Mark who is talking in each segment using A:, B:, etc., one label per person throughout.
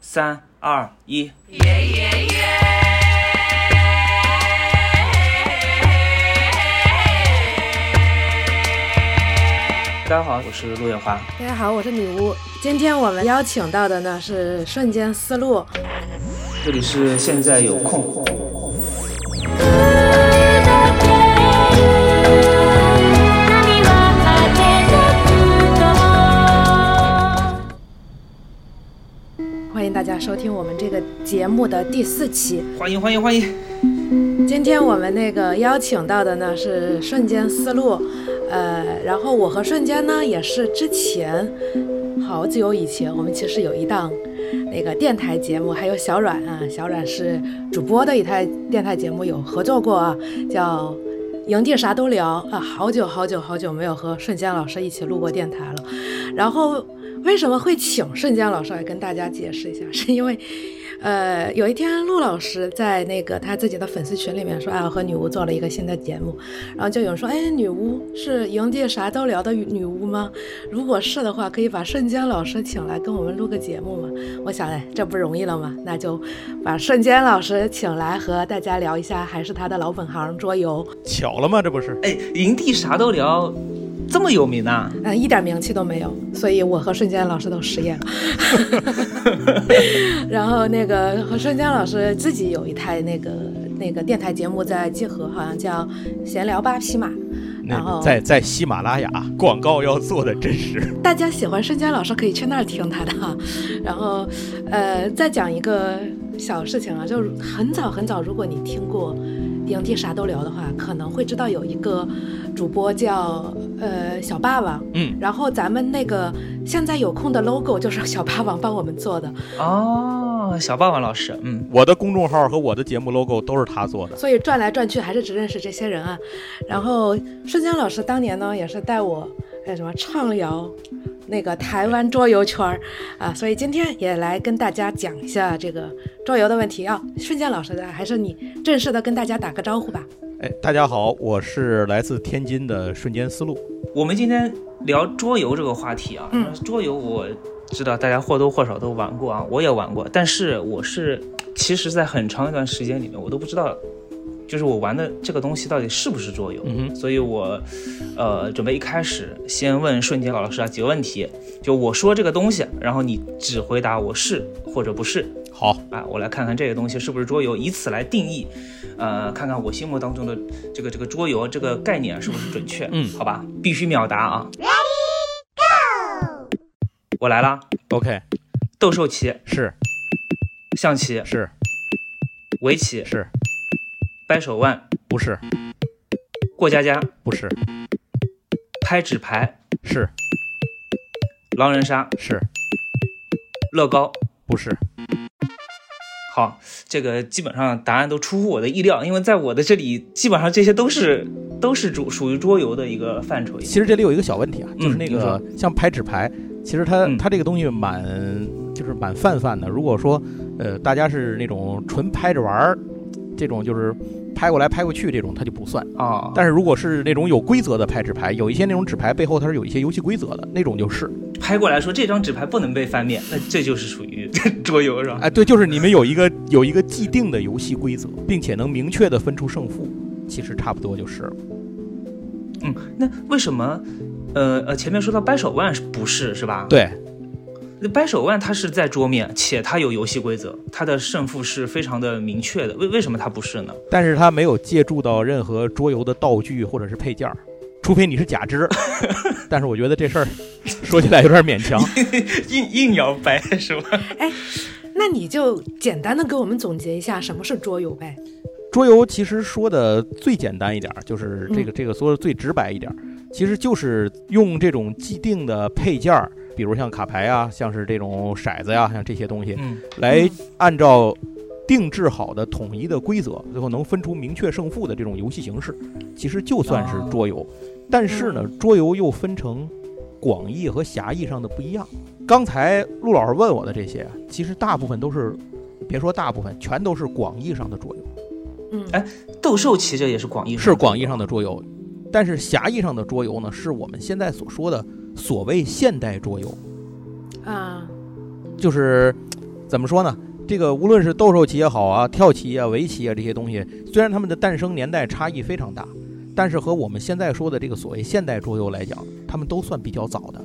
A: 三二一，
B: 耶耶耶！
A: 大家好，我是陆月华。
C: 大家好，我是女巫。今天我们邀请到的呢是瞬间思路，
A: 这里是现在有空，
C: 欢迎大家收听我们这个节目的第四期。
A: 欢迎欢迎欢迎！
C: 今天我们那个邀请到的呢是瞬间思路，呃，然后我和瞬间呢也是之前好久以前，我们其实有一档那个电台节目，还有小阮啊，小阮是主播的一台电台节目有合作过啊，叫。营地啥都聊啊，好久好啊久好久没有和瞬间老师一起录过电台了。然后为什么会请瞬间老师来跟大家解释一下？是因为 呃，有一天陆老师在那个他自己的粉丝群里面说，啊，我和女巫做了一个新的节目，然后就有人说，哎，女巫是营地啥都聊的女巫吗？如果是的话，可以把瞬间老师请来跟我们录个节目吗？我想，哎，这不容易了吗？那就把瞬间老师请来和大家聊一下，还是他的老本行桌游，
D: 巧了吗？这不是
A: 哎，营地啥都聊，这么有名啊？
C: 嗯，一点名气都没有，所以我和瞬间老师都失业 了。然后那个和瞬间老师自己有一台那个那个电台节目在集合，好像叫《闲聊八匹马》。然
D: 那
C: 后
D: 在在喜马拉雅广告要做的真实，
C: 大家喜欢瞬间老师可以去那儿听他的哈。 然后，呃，再讲一个小事情啊，就是很早很早，如果你听过《影帝啥都聊》的话，可能会知道有一个主播叫呃小霸王，
D: 嗯，
C: 然后咱们那个现在有空的 logo 就是小霸王帮我们做的，
A: 哦，小霸王老师，嗯，
D: 我的公众号和我的节目 logo 都是他做的。
C: 所以转来转去还是只认识这些人啊。然后瞬间老师当年呢也是带我那什么畅聊那个台湾桌游圈儿啊，所以今天也来跟大家讲一下这个桌游的问题啊。瞬间老师的还是你正式的跟大家打个招呼吧。
D: 哎，大家好，我是来自天津的瞬间思路。
A: 我们今天聊桌游这个话题啊，
C: 嗯
A: 桌游我知道大家或多或少都玩过啊，我也玩过，但是我是其实，在很长一段时间里面，我都不知道，就是我玩的这个东西到底是不是桌游，
D: 嗯哼，
A: 所以我呃准备一开始先问瞬间老师啊几个问题，就我说这个东西，然后你只回答我是或者不是
D: 好，
A: 啊，我来看看这个东西是不是桌游，以此来定义，呃，看看我心目当中的这个这个桌游这个概念是不是准确，
D: 嗯
A: 好吧，必须秒答啊，Ready Go，我来啦，
D: ，OK，
A: 斗兽棋、
D: 是
A: 象棋、
D: 是
A: 围棋、
D: 是，
A: 掰手腕、
D: 不是
A: 过家家、
D: 不是
A: 拍纸牌、
D: 是
A: 狼人杀、
D: 是
A: 乐高，
D: 不是
A: 好，这个基本上答案都出乎我的意料，因为在我的这里，基本上这些都是都是主属于桌游的一个范畴。
D: 其实这里有一个小问题啊，就是那
A: 您
D: 个、像拍纸牌，其实它、
A: 嗯
D: 它这个东西蛮就是蛮泛泛的。如果说呃大家是那种纯拍着玩儿，这种就是拍过来拍过去这种，它就不算。
A: 哦，
D: 但是如果是那种有规则的拍纸牌，有一些那种纸牌背后它是有一些游戏规则的，那种就是，
A: 拍过来说这张纸牌不能被翻面，那这就是属于桌游是吧？
D: 哎，对，就是你们有一个有一个既定的游戏规则，并且能明确的分出胜负，其实差不多就是了。
A: 嗯，那为什么？呃呃，前面说到掰手腕是不是是吧？，
D: 对，
A: 那掰手腕它是在桌面，且它有游戏规则，它的胜负是非常的明确的。为为什么它不是呢？
D: 但是它没有借助到任何桌游的道具或者是配件儿，除非你是假肢。 但是我觉得这事儿说起来有点勉强。
A: 硬硬要掰是吧？
C: 那你就简单的给我们总结一下什么是桌游呗。
D: 桌游其实说的最简单一点儿，
A: 嗯
D: 就是这个这个说的最直白一点儿，其实就是用这种既定的配件儿，比如像卡牌啊，像是这种骰子呀、像这些东西，
A: 嗯，
D: 来按照定制好的统一的规则，最后能分出明确胜负的这种游戏形式，其实就算
A: 哦
D: 是桌游。但是呢，
A: 嗯
D: 桌游又分成广义和狭义上的不一样。刚才陆老师问我的这些，其实大部分都是，别说大部分，全都是广义上的桌游。
C: 嗯，
A: 哎斗兽棋这也是广义上的
D: 是广义上的桌游，但是狭义上的桌游呢，是我们现在所说的所谓现代桌游，
C: 啊，
D: 就是怎么说呢？这个无论是斗兽棋也好啊，跳棋啊、围棋啊这些东西，虽然它们的诞生年代差异非常大，但是和我们现在说的这个所谓现代桌游来讲，它们都算比较早的。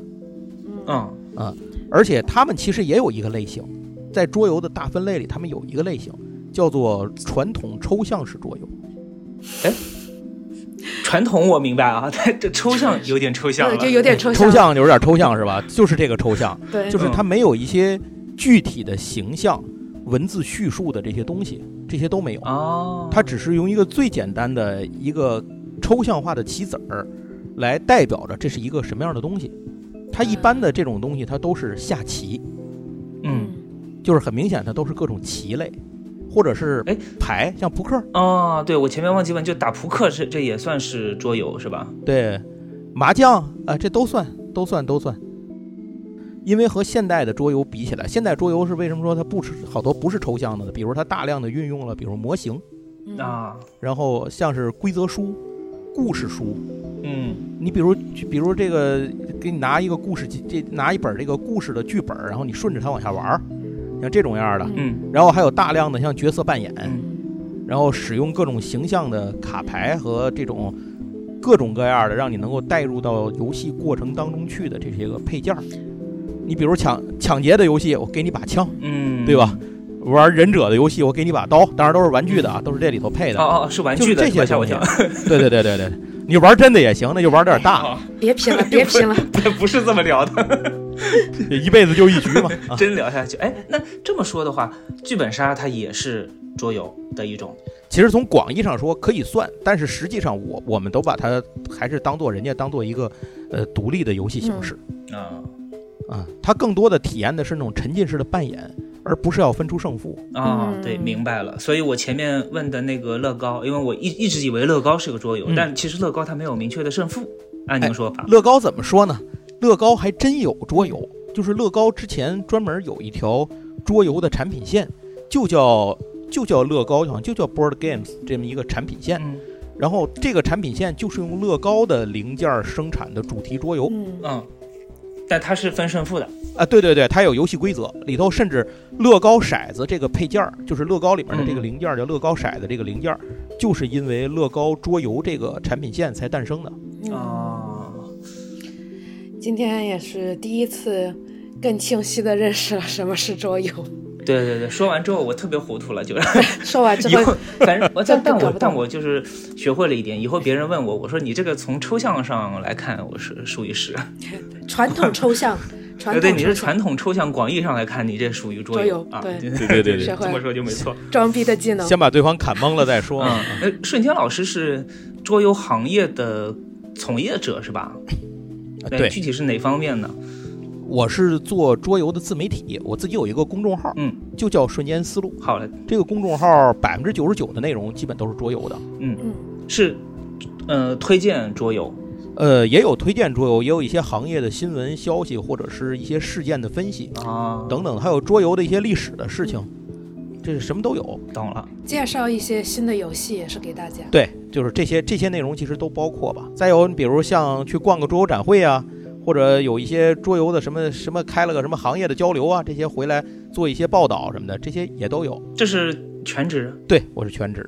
A: 嗯，
D: 而且它们其实也有一个类型，在桌游的大分类里，它们有一个类型叫做传统抽象式桌游。
A: 传统我明白啊， 但这抽象有点抽象
C: 对，
A: 了，
C: 就有点抽
D: 抽
C: 象，
D: 象有点抽象是吧？就是这个抽象，
C: 对，
D: 就是它没有一些具体的形象、文字叙述的这些东西，这些都没有。
A: 哦，
D: 它只是用一个最简单的一个抽象化的棋子儿，来代表着这是一个什么样的东西。它一般的这种东西，它都是下棋，
A: 嗯，
D: 就是很明显，它都是各种棋类，或者是
A: 哎
D: 牌，像扑克，
A: 哦，对我前面忘记问，就打扑克这这也算是桌游是吧？
D: 对，麻将啊、这都算，都算，都算。因为和现代的桌游比起来，现代桌游是为什么说它不是好多不是抽象的呢？比如它大量的运用了，比如模型，
C: 嗯，
A: 啊，
D: 然后像是规则书、故事书，
A: 嗯
D: 你比如，比如这个，给你拿一个故事集，这拿一本这个故事的剧本，然后你顺着它往下玩儿，像这种样的。
A: 嗯
D: 然后还有大量的像角色扮演，
A: 嗯
D: 然后使用各种形象的卡牌和这种各种各样的让你能够带入到游戏过程当中去的这些个配件儿。你比如抢抢劫的游戏，我给你把枪；
A: 嗯，
D: 对吧？玩忍者的游戏，我给你把刀，当然都是玩具的啊，都是这里头配的。
A: 哦哦，是玩
D: 就
A: 具
D: 是
A: 的，
D: 这些
A: 吓我
D: 东
A: 一
D: 西
A: 跳。。
D: 对对对对对，你玩真的也行，那就玩点大。
A: 哦，
C: 别拼了，别拼了，
A: 不是这么聊的，
D: 一辈子就一局嘛。啊、
A: 真聊下去。哎，那这么说的话，剧本杀它也是桌游的一种。
D: 其实从广义上说可以算，但是实际上我我们都把它还是当做人家当做一个呃独立的游戏形式
A: 嗯
D: 啊。它更多的体验的是那种沉浸式的扮演，而不是要分出胜负。
A: 啊、
C: 嗯
A: 对，明白了。所以我前面问的那个乐高，因为我一一直以为乐高是个桌游，
D: 嗯
A: 但其实乐高它没有明确的胜负，按您说法。
D: 乐高怎么说呢？乐高还真有桌游，就是乐高之前专门有一条桌游的产品线，就叫就叫乐高，好像就叫 Board Games 这么一个产品线。
A: 嗯
D: 然后这个产品线就是用乐高的零件生产的主题桌游。
C: 嗯
A: 嗯，但它是分胜负的。
D: 啊，对对对，它有游戏规则，里头甚至乐高骰子这个配件儿，就是乐高里面的这个
A: 嗯
D: 零件儿，叫乐高骰子这个零件儿，就是因为乐高桌游这个产品线才诞生的。
C: 嗯，
A: 啊、
C: 今天也是第一次更清晰的认识了什么是桌游。
A: 对对对，说完之后我特别糊涂了，就是。
C: 说完 之
A: 以
C: 后
A: 后，反正我但但
C: 搞
A: 我
C: 不
A: 但
C: 懂
A: 我就是学会了一点。以后别人问我，我说你这个从抽象上来看，我是属于是。
C: 传统抽 象，传
A: 对对，
C: 统
A: 你
C: 抽
A: 是
C: 象
A: 传统抽象广义上来看，你这属于桌
C: 桌游
A: 啊。
C: 对
A: 对嗯
D: 对 对
C: 学
A: 这
C: 会
A: 么
C: 了
A: 说就没错。
C: 装逼的技能。
D: 先把对方砍懵了再说。啊
A: 嗯，那顺天老师是桌游行业的从业者是吧？
D: 对，
A: 具体是哪方面呢？
D: 我是做桌游的自媒体，我自己有一个公众号，
A: 嗯，
D: 就叫瞬间思路。
A: 好嘞，
D: 这个公众号百分之九十九的内容基本都是桌游的，
C: 嗯
A: 是呃推荐桌游。
D: 呃，也有推荐桌游，也有一些行业的新闻消息或者是一些事件的分析。
A: 啊，
D: 等等，还有桌游的一些历史的事情，这是什么都有。
A: 懂了。
C: 介绍一些新的游戏也是给大家。
D: 对，就是这些这些内容其实都包括吧。再有，你比如像去逛个桌游展会啊，或者有一些桌游的什么什么开了个什么行业的交流啊，这些回来做一些报道什么的，这些也都有。
A: 这是全职，
D: 对我是全职，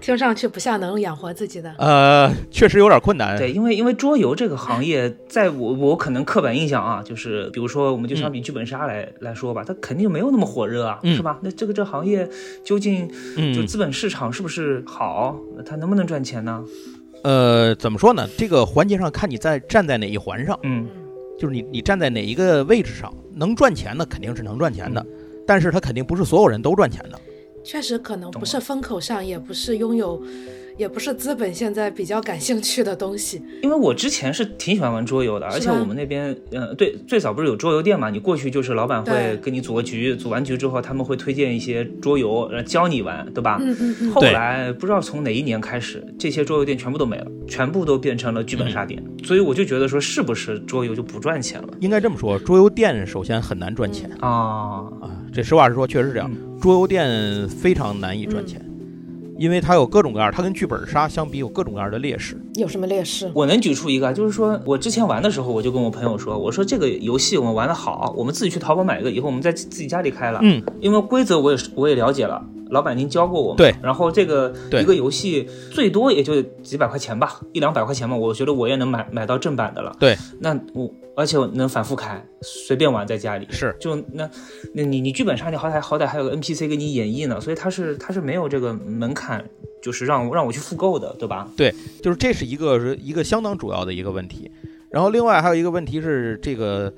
C: 听上去不像能养活自己的。
D: 呃，确实有点困难。
A: 对，因为因为桌游这个行业，在我我可能刻板印象啊，就是比如说我们就相比剧本杀来、来说吧，它肯定没有那么火热啊，
D: 嗯
A: 是吧？那这个这行业究竟就
D: 嗯，
A: 资本市场是不是好？它能不能赚钱呢？
D: 呃，怎么说呢？这个环节上看你在站在哪一环上，
A: 嗯
D: 就是你你站在哪一个位置上，能赚钱的肯定是能赚钱的，
A: 嗯
D: 但是它肯定不是所有人都赚钱的。
C: 确实可能
A: 懂
C: 不是风口上，也不是拥有，也不是资本现在比较感兴趣的东西。
A: 因为我之前是挺喜欢玩桌游的，而且我们那边，呃，对，最早不是有桌游店嘛？你过去就是老板会
C: 对
A: 跟你组个局，组完局之后，他们会推荐一些桌游，呃，教你玩，对吧？
C: 嗯嗯嗯，
A: 后来不知道从哪一年开始，这些桌游店全部都没了，全部都变成了剧本杀店，
D: 嗯
A: 所以我就觉得说，是不是桌游就不赚钱了
D: 应该这么说，桌游店首先很难赚钱。
A: 啊？
D: 哦啊，这实话实说，确实是这样。桌游店非常难以赚钱，因为它有各种各样，它跟剧本杀相比有各种各样的劣势。
C: 有什么劣势？
A: 我能举出一个啊，就是说我之前玩的时候，我就跟我朋友说，我说这个游戏我们玩的好，我们自己去淘宝买一个，以后我们在自自己家里开了。
D: 嗯，
A: 因为规则我也是我也了解了，老板已经教过我们。
D: 对。
A: 然后这个
D: 对
A: 一个游戏最多也就几百块钱吧，一两百块钱嘛，我觉得我也能买买到正版的了。
D: 对。
A: 那我而且我能反复开，随便玩在家里。
D: 是，
A: 就那，那你你剧本杀你好歹好歹还有个 NPC 给你演绎呢，所以它是它是没有这个门槛，就是让我让我去复购的，对吧？
D: 就是这是一个一个相当主要的一个问题。然后另外还有一个问题是，这个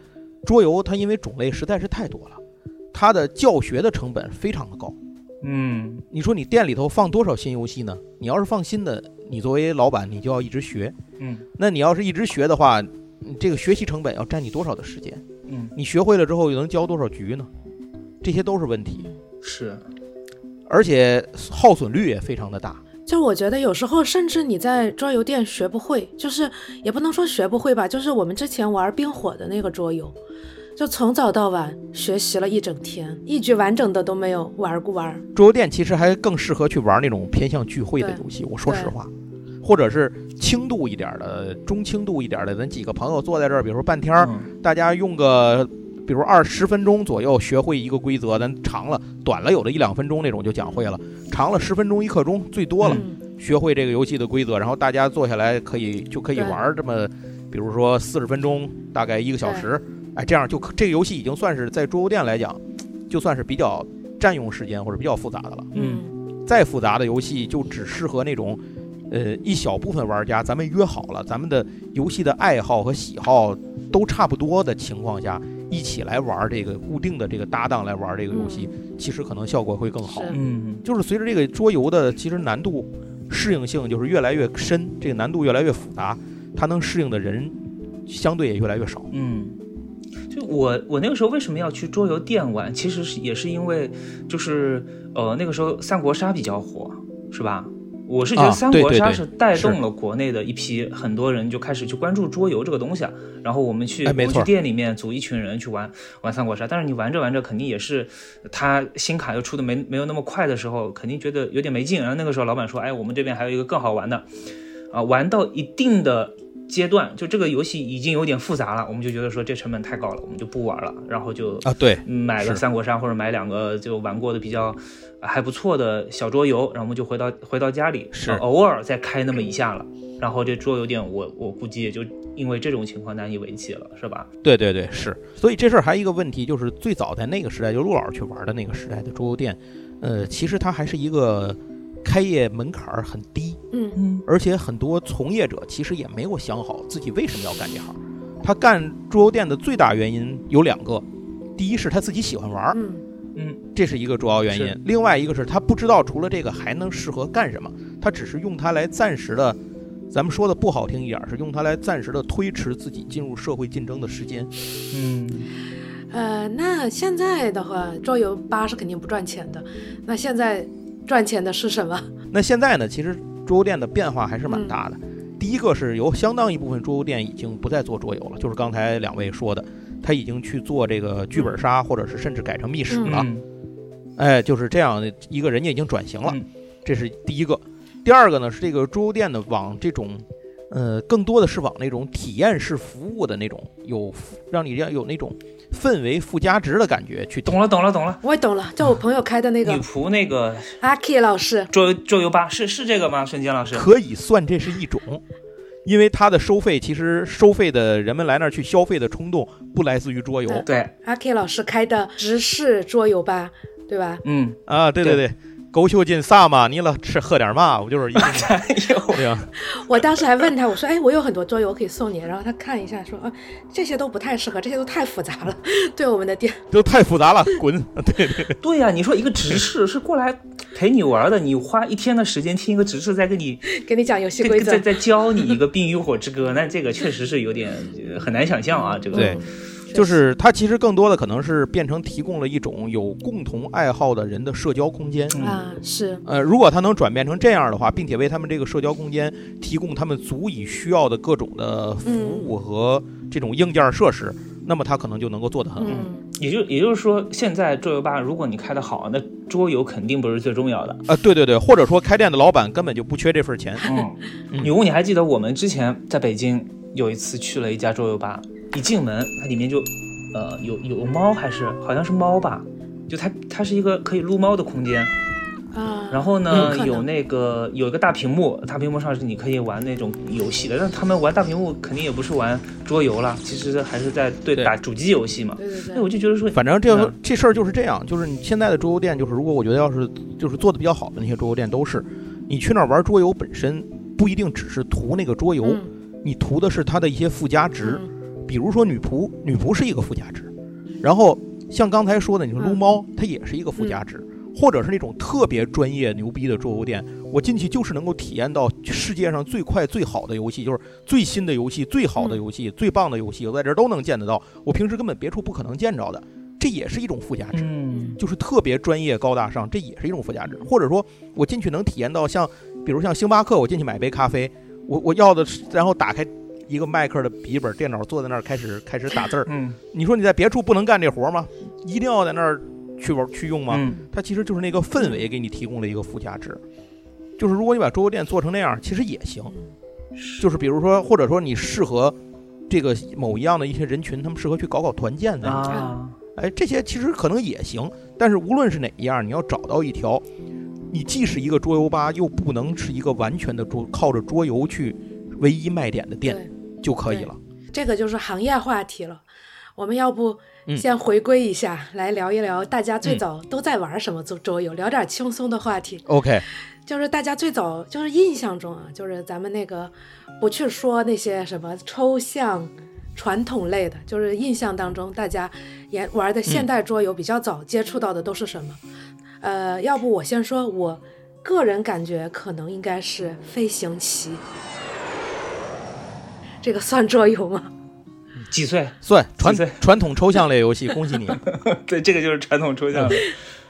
D: 桌游它因为种类实在是太多了，它的教学的成本非常的高。
A: 嗯，
D: 你说你店里头放多少新游戏呢？你要是放新的，你作为老板你就要一直学。
A: 嗯，
D: 那你要是一直学的话，你这个学习成本要占你多少的时间？
A: 嗯，
D: 你学会了之后又能教多少局呢？这些都是问题，
A: 是，
D: 而且耗损率也非常的大。
C: 就我觉得有时候甚至你在桌游店学不会，就是也不能说学不会吧，就是我们之前玩冰火的那个桌游，就从早到晚学习了一整天，一局完整的都没有玩过玩。
D: 桌游店其实还更适合去玩那种偏向聚会的游戏。我说实话，或者是轻度一点的、中轻度一点的，咱几个朋友坐在这儿，比如说半天儿，
A: 嗯
D: 大家用个比如二十分钟左右学会一个规则，咱长了短了有的一两分钟那种就讲会了，长了十分钟一刻钟最多了，
C: 嗯，
D: 学会这个游戏的规则，然后大家坐下来可以就可以
C: 对
D: 玩儿这么，比如说四十分钟，大概一个小时，哎，这样就可这个游戏已经算是在桌游店来讲，就算是比较占用时间或者比较复杂的了。
A: 嗯
C: 嗯，
D: 再复杂的游戏就只适合那种，呃，一小部分玩家，咱们约好了，咱们的游戏的爱好和喜好都差不多的情况下，一起来玩儿这个固定的这个搭档来玩儿这个游戏，其实可能效果会更好
C: 是。
A: 嗯，
D: 就是随着这个桌游的其实难度适应性就是越来越深，这个难度越来越复杂，它能适应的人相对也越来越少。
A: 嗯，就我我那个时候为什么要去桌游店玩，其实是也是因为就是呃那个时候三国杀比较火，是吧？我是觉
D: 啊
A: 得三国
D: 对对
A: 杀
D: 对
A: 是带动
D: 是
A: 了国内的一批很多人就开始去关注桌游这个东西啊，然后我们去
D: 哎
A: 我
D: 没
A: 们
D: 错
A: 去店里面组一群人去玩玩三国杀，但是你玩着玩着肯定也是他新卡又出的没没有那么快的时候，肯定觉得有点没劲。然后那个时候老板说，哎，我们这边还有一个更好玩的，啊，玩到一定的阶段，就这个游戏已经有点复杂了，我们就觉得说这成本太高了，我们就不玩了，然后就
D: 啊，对，
A: 买
D: 是
A: 个三国杀或者买两个就玩过的比较呃还不错的小桌游，然后我们就回到回到家里，
D: 是
A: 呃偶尔再开那么一下了。然后这桌游店我我估计也就因为这种情况难以为继了，是吧？
D: 对对对，是。所以这事儿还有一个问题，就是最早在那个时代，就陆老师去玩的那个时代的桌游店，呃，其实它还是一个开业门槛儿很低，
C: 嗯
A: 嗯
D: 而且很多从业者其实也没有想好自己为什么要干这行。他干桌游店的最大原因有两个，第一是他自己喜欢玩儿，
C: 嗯
D: 这是一个主要原因
A: 是。
D: 另外一个是他不知道除了这个还能适合干什么，他只是用它来暂时的，咱们说的不好听一点儿，是用它来暂时的推迟自己进入社会竞争的时间。
A: 嗯，
C: 呃，那现在的话，桌游吧是肯定不赚钱的，那现在赚钱的是什么？
D: 那现在呢，其实桌游店的变化还是蛮大的。
A: 嗯
D: 第一个是有相当一部分桌游店已经不再做桌游了，就是刚才两位说的，他已经去做这个剧本杀，或者是甚至改成密室了。
A: 嗯
D: 哎，就是这样的一个人家已经转型了
A: 嗯，
D: 这是第一个。第二个呢是这个桌游店呢往这种，呃，更多的是往那种体验式服务的那种，有让你要有那种氛围附加值的感觉去
A: 懂了懂了懂了。
C: 我也懂了，就我朋友开的那
A: 女
C: 个
A: 仆那个
C: 阿 K 老师，
A: 桌游桌游吧，是是这个吗？瞬间老师，
D: 可以算这是一种，因为它的收费其实收费的人们来那儿去消费的冲动不来自于桌游
C: 对
A: 对，
C: 阿 K 老师开的直视桌游吧，对吧？
A: 嗯，
D: 啊，对对对，狗秀进萨嘛，你了吃喝点嘛，我就是一
A: 哎呦，
D: 对啊，
C: 我当时还问他，我说：“哎，我有很多桌游可以送你。”然后他看一下说：“啊，这些都不太适合，这些都太复杂了， 对我们的店。
D: 都太复杂了，滚！
A: 对呀、你说一个执事是过来陪你玩的，你花一天的时间听一个执事在跟你”
C: 给你讲游戏
A: 在
C: 规
A: 在
C: 则
A: 在，在教你一个《冰与火之歌》， 那这个确实是有点呃很难想象啊，这个
D: 对，就是它其实更多的可能是变成提供了一种有共同爱好的人的社交空间。
A: 嗯
C: 啊，是
D: 呃，如果它能转变成这样的话，并且为他们这个社交空间提供他们足以需要的各种的服
C: 嗯
D: 务和这种硬件设施，那么它可能就能够做得很好。
C: 嗯，
A: 也就也就是说，现在桌游吧，如果你开得好，那桌游肯定不是最重要的。
D: 啊，对对对，或者说开店的老板根本就不缺这份钱。
A: 嗯
D: 嗯，
A: 女巫，你还记得我们之前在北京有一次去了一家桌游吧，一进门它里面就，呃，有有猫还是好像是猫吧，就它它是一个可以撸猫的空间，
C: 啊，
A: 然后
C: 有
A: 呢
C: 可能
A: 有那个有一个大屏幕，大屏幕上是你可以玩那种游戏的，但他们玩大屏幕肯定也不是玩桌游了，其实还是在对
D: 对
A: 打主机游戏嘛。
C: 对对
A: 所以
C: 对，
A: 我就觉得说，
D: 反正这个
A: 嗯
D: 这事儿就是这样，就是你现在的桌游店，就是如果我觉得要是就是做的比较好的那些桌游店，都是你去那儿玩桌游本身不一定只是图那个桌游，
C: 嗯
D: 你图的是它的一些附加值，
C: 嗯
D: 比如说女仆，女仆是一个附加值，然后像刚才说的，你说撸猫，它也是一个附加值。或者是那种特别专业牛逼的桌游店，我进去就是能够体验到世界上最快最好的游戏，就是最新的游戏、最好的游戏、最棒的游戏，我在这儿都能见得到，我平时根本别处不可能见着的，这也是一种附加值。
A: 嗯，
D: 就是特别专业高大上，这也是一种附加值。或者说，我进去能体验到像，比如像星巴克，我进去买杯咖啡，我我要的是，然后打开一个麦克的笔记本电脑，坐在那儿开始开始打字儿。
A: 嗯
D: 你说你在别处不能干这活儿吗？一定要在那儿去玩去用吗？
A: 嗯，
D: 它其实就是那个氛围给你提供了一个附加值。就是如果你把桌游店做成那样，其实也
C: 嗯
D: 行。
A: 嗯
D: 就是比如说，或者说你适合这个某一样的一些人群，他们适合去搞搞团建的。
A: 啊，
D: 哎，这些其实可能也行，但是无论是哪一样，你要找到一条，你既是一个桌游吧，又不能是一个完全的桌靠着桌游去唯一卖点的店就可以了。
C: 这个就是行业话题了。我们要不
D: 嗯
C: 先回归一下，来聊一聊大家最
D: 嗯
C: 早都在玩什么桌桌游，聊点轻松的话题。
D: OK，
C: 就是大家最早就是印象中啊，就是咱们那个不去说那些什么抽象传统类的，就是印象当中大家也玩的现代桌游比较早接触到的都是什么？呃，要不我先说，我个人感觉可能应该是飞行棋。这个算桌游吗？
A: 几岁？
D: 算传
A: 几岁
D: 传统抽象类游戏，恭喜你。
A: 对，这个就是传统抽象。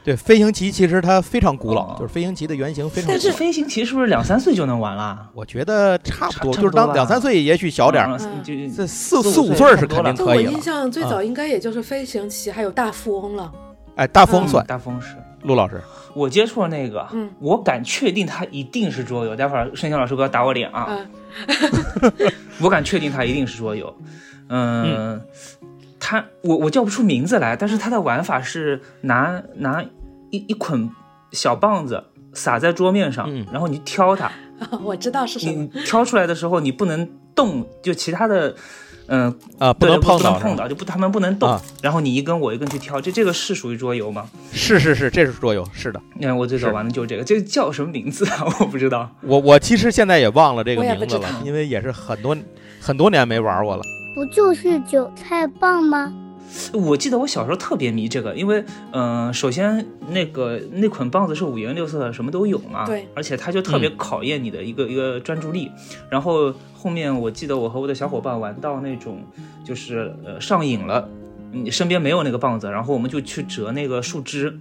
D: 对，飞行棋其实它非常古老，
A: 哦
D: 就是飞行棋的原型非常
A: 但
D: 古
A: 是
D: 老。
A: 飞行棋是不是两三岁就能玩啦？
D: 我觉得差不多，
A: 差
D: 就是当
A: 差不多吧
D: 两三岁也许小点儿，
A: 嗯就
D: 这四
A: 四五
D: 四五
A: 岁
D: 岁儿
A: 差
D: 是
A: 不多
D: 肯定
A: 了
C: 就我
D: 可以了
C: 印。象最早应该也就是飞行棋，还有大富翁了。
D: 哎，大风算
A: 嗯，大风是。
D: 陆老师，
A: 我接触的那个，
C: 嗯
A: 我敢确定它一定是桌游。待会儿盛翔老师不要打我脸啊！
C: 嗯
A: 我敢确定它一定是桌游。嗯，它我我叫不出名字来，但是它的玩法是拿拿一一捆小棒子撒在桌面上，
D: 嗯
A: 然后你挑它，
C: 啊 我知道是什么
A: 你。挑出来的时候你不能动，就其他的。嗯，
D: 啊，不能
A: 对
D: 碰
A: 不能
D: 到是
A: 碰
D: 吧，
A: 到，就不他们不能动。
D: 啊
A: 然后你一根我一根去挑，这这个是属于桌游吗？
D: 是是是，这是桌游，是的。
A: 嗯，我最早
D: 是
A: 玩的就是这个，这叫什么名字啊？ 我不知道。
D: 我我其实现在也忘了这个
C: 我也
D: 名
C: 不
D: 字
C: 知
D: 了
C: 道，
D: 因为也是很多很多年没玩过了。
B: 不就是韭菜棒吗？
A: 我记得我小时候特别迷这个，因为，嗯、首先那个那捆棒子是五颜六色的，什么都有嘛。
C: 对
A: 而且它就特别考验你的一个、一个专注力。然后后面我记得我和我的小伙伴玩到那种就是呃上瘾了。你身边没有那个棒子，然后我们就去折那个树枝，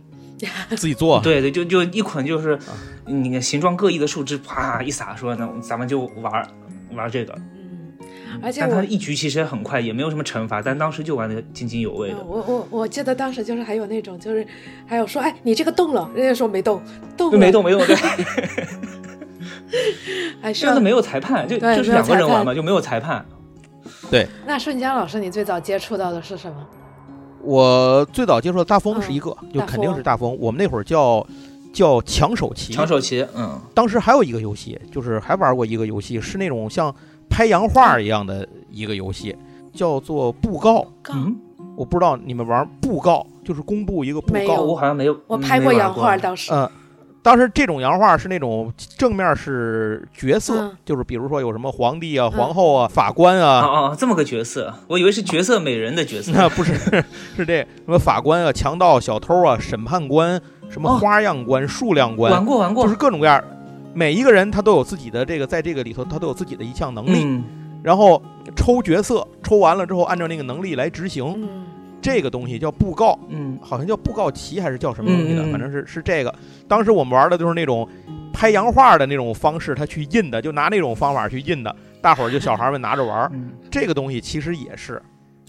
D: 自己做，
A: 对对，就就一捆就是，那个形状各异的树枝，啪一撒，说那咱们就玩儿玩这个。
C: 嗯，而且
A: 但
C: 我
A: 它一局其实很快，也没有什么惩罚，但当时就玩的津津有味的
C: 嗯。我我我记得当时就是还有那种就是，还有说哎你这个动了，人家说没动，动了
A: 没动，没动，对，
C: 哎是
A: 这样子没有裁判，就
C: 对
A: 就是
C: 没有
A: 两个人
C: 裁判
A: 玩嘛，就没有裁判。
C: 那瞬间老师你最早接触到的是什么？
D: 我最早接触的大风是一个，
C: 嗯
D: 就
C: 大
D: 肯定
C: 风
D: 是大风。我们那会儿叫叫抢手棋，
A: 抢手棋，嗯，
D: 当时还有一个游戏，就是还玩过一个游戏，是那种像拍洋画一样的一个游戏，叫做布告。
A: 嗯，
D: 我不知道你们玩布告，就是公布一个布
C: 没
D: 告
C: 有。
A: 哦我好像没有，
D: 嗯
C: 我拍过
A: 过
C: 洋画，
A: 的，
C: 当时
D: 呃，当时这种洋画是那种正面是角色，
C: 嗯
D: 就是比如说有什么皇帝啊、皇后啊、法官啊，
A: 哦哦，这么个角色，我以为是角色美人的角色，
D: 那不是是这什么法官啊、强盗、小偷啊、审判官、什么
A: 哦
D: 花样官、数量 官
A: 玩，过玩
D: 就是
A: 过，
D: 各种各样儿。每一个人他都有自己的这个，在这个里头他都有自己的一项能力，
A: 嗯，
D: 然后抽角色，抽完了之后按照那个能力来执行。
C: 嗯
D: 这个东西叫布告，
A: 嗯
D: 好像叫布告旗还是叫什么东西的，
A: 嗯嗯嗯
D: 反正是是这个。当时我们玩的就是那种拍洋画的那种方式，他去印的，就拿那种方法去印的，大伙儿就小孩儿们拿着玩儿。
A: 嗯，
D: 这个东西其实也是，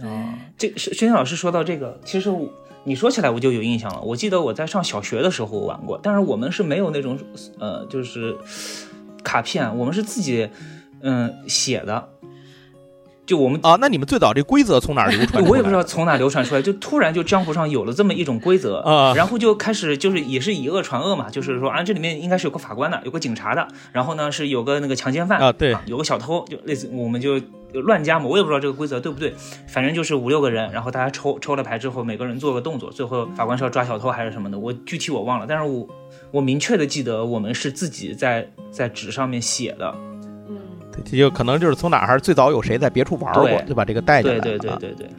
C: 嗯
A: 哦，这是轩轩老师说到这个，其实我。你说起来我就有印象了。我记得我在上小学的时候玩过，但是我们是没有那种呃，就是卡片，我们是自己嗯、写的。就我们
D: 啊，那你们最早这规则从哪儿流传出来的？
A: 我也不知道从哪流传出来，就突然就江湖上有了这么一种规则
D: 啊
A: 然后就开始就是也是以恶传恶嘛，就是说啊，这里面应该是有个法官的，有个警察的，然后呢是有个那个强奸 犯
D: 啊，对，
A: 有个小偷，就类似我们就乱加嘛，我也不知道这个规则对不对，反正就是五六个人，然后大家抽抽了牌之后，每个人做个动作，最后法官是要抓小偷还是什么的，我具体我忘了，但是我我明确的记得我们是自己在在纸上面写的，
C: 嗯，
D: 这就可能就是从哪儿最早有谁在别处玩过
A: 对，
D: 就把这个带进来
A: 对
D: 了啊。
A: 对对对对。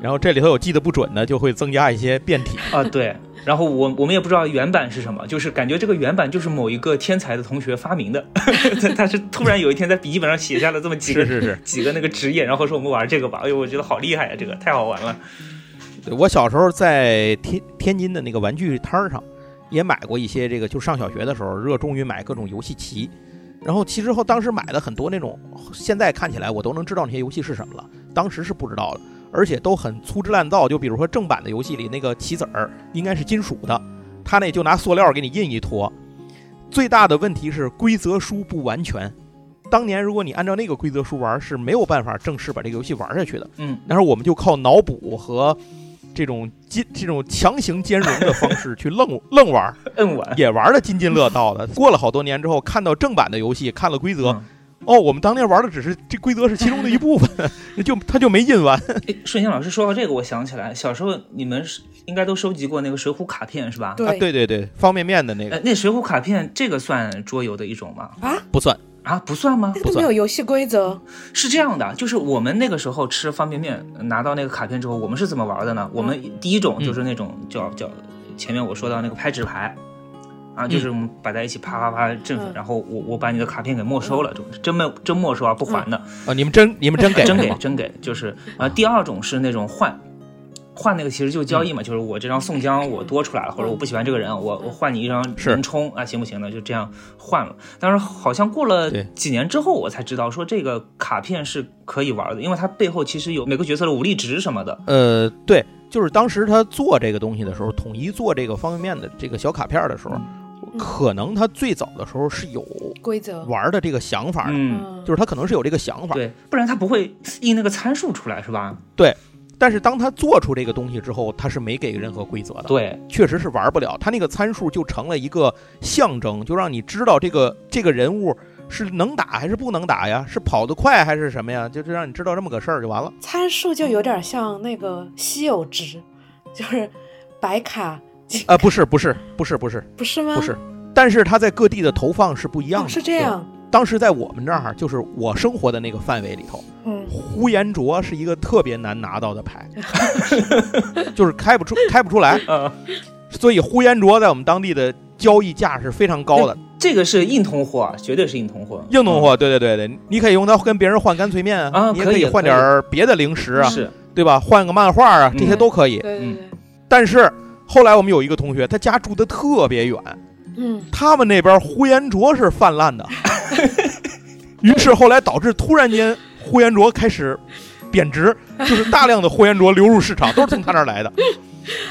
D: 然后这里头有记得不准的，就会增加一些变体。
A: 啊，对。然后我我们也不知道原版是什么，就是感觉这个原版就是某一个天才的同学发明的， 他他是突然有一天在笔记本上写下了这么几个
D: 是是是，
A: 几个那个职业，然后说我们玩这个吧。哎呦，我觉得好厉害呀、这个太好玩了。
D: 我小时候在天天津的那个玩具摊儿上，也买过一些这个，就上小学的时候热衷于买各种游戏棋。然后其实后当时买了很多那种，现在看起来我都能知道那些游戏是什么了，当时是不知道的，而且都很粗制滥造。就比如说正版的游戏里那个棋子儿应该是金属的，他那就拿塑料给你印一坨。最大的问题是规则书不完全。当年如果你按照那个规则书玩，是没有办法正式把这个游戏玩下去的。
A: 嗯，
D: 然后我们就靠脑补和这种兼这种强行兼容的方式去愣 愣玩儿，
A: 摁完。
D: 也玩的津津乐道的。过了好多年之后，看到正版的游戏，看了规则，
A: 嗯
D: 哦，我们当年玩的只是这规则是其中的一部分， 那就他就没印完。
A: 哎，顺兴老师说到这个，我想起来，小时候你们是应该都收集过那个水浒卡片是吧？
C: 对
D: 啊，对对对，方便面的那
A: 呃
D: 个，
A: 那水浒卡片这个算桌游的一种吗？
C: 啊，
D: 不算，
A: 啊，不算吗？
C: 这
D: 不
C: 个都
D: 算
C: 没有游戏规则，
A: 是这样的，就是我们那个时候吃方便面，拿到那个卡片之后，我们是怎么玩的呢？我们第一种就是那种叫叫前面我说到那个拍纸牌，啊，就是我们摆在一起啪啪啪振奋，
C: 嗯
A: 然后我我把你的卡片给没收了，就真没真没收啊，不还的，
D: 啊，你们真你们真给
A: 真
D: 是
A: 给
D: 吗
A: 真给，就是啊。第二种是那种换。换那个其实就交易
D: 嗯
A: 嘛，就是我这张宋江我多出来了，或者我不喜欢这个人，我我换你一张
D: 是
A: 林冲啊，行不行呢？就这样换了。但是好像过了
D: 对
A: 几年之后，我才知道说这个卡片是可以玩的，因为它背后其实有每个角色的武力值什么的。
D: 呃，对，就是当时他做这个东西的时候，统一做这个方便面的这个小卡片儿的时候，可能他最早的时候是有
C: 规则，
D: 玩的这个想法的，
A: 嗯，
C: 嗯，
D: 就是他可能是有这个想法，
A: 对，不然它不会印那个参数出来，是吧？
D: 但是当他做出这个东西之后，他是没给任何规则的，
A: 对，
D: 确实是玩不了。他那个参数就成了一个象征，就让你知道这个这个人物是能打还是不能打呀，是跑得快还是什么呀，就是让你知道这么个事儿就完了。
C: 参数就有点像那个稀有值，就是白卡，
D: 啊、不是不是不是不是
C: 不是吗？
D: 不是，但是他在各地的投放是不一样
C: 哦，
D: 的，
C: 是这样，
D: 对。当时在我们这儿，就是我生活的那个范围里头，
C: 嗯，
D: 呼延灼是一个特别难拿到的牌， 就是开不出开不出来，
A: 呃，
D: 所以呼延灼在我们当地的交易价是非常高的。
A: 这个是硬通货，啊，绝对是硬通货，
D: 硬通货，对对对对，你可以用它跟别人换干脆面
A: 嗯啊
D: 你也
A: 可以
D: 以换点儿别的零食啊，
A: 是
D: 对吧？换个漫画啊，
A: 嗯
D: 这些都可以。
C: 对对对，
D: 但是后来我们有一个同学，他家住的特别远，
C: 嗯，
D: 他们那边呼延灼是泛滥的，于是后来导致突然间呼延灼开始贬值，就是大量的呼延灼流入市场，都是从他那儿来的。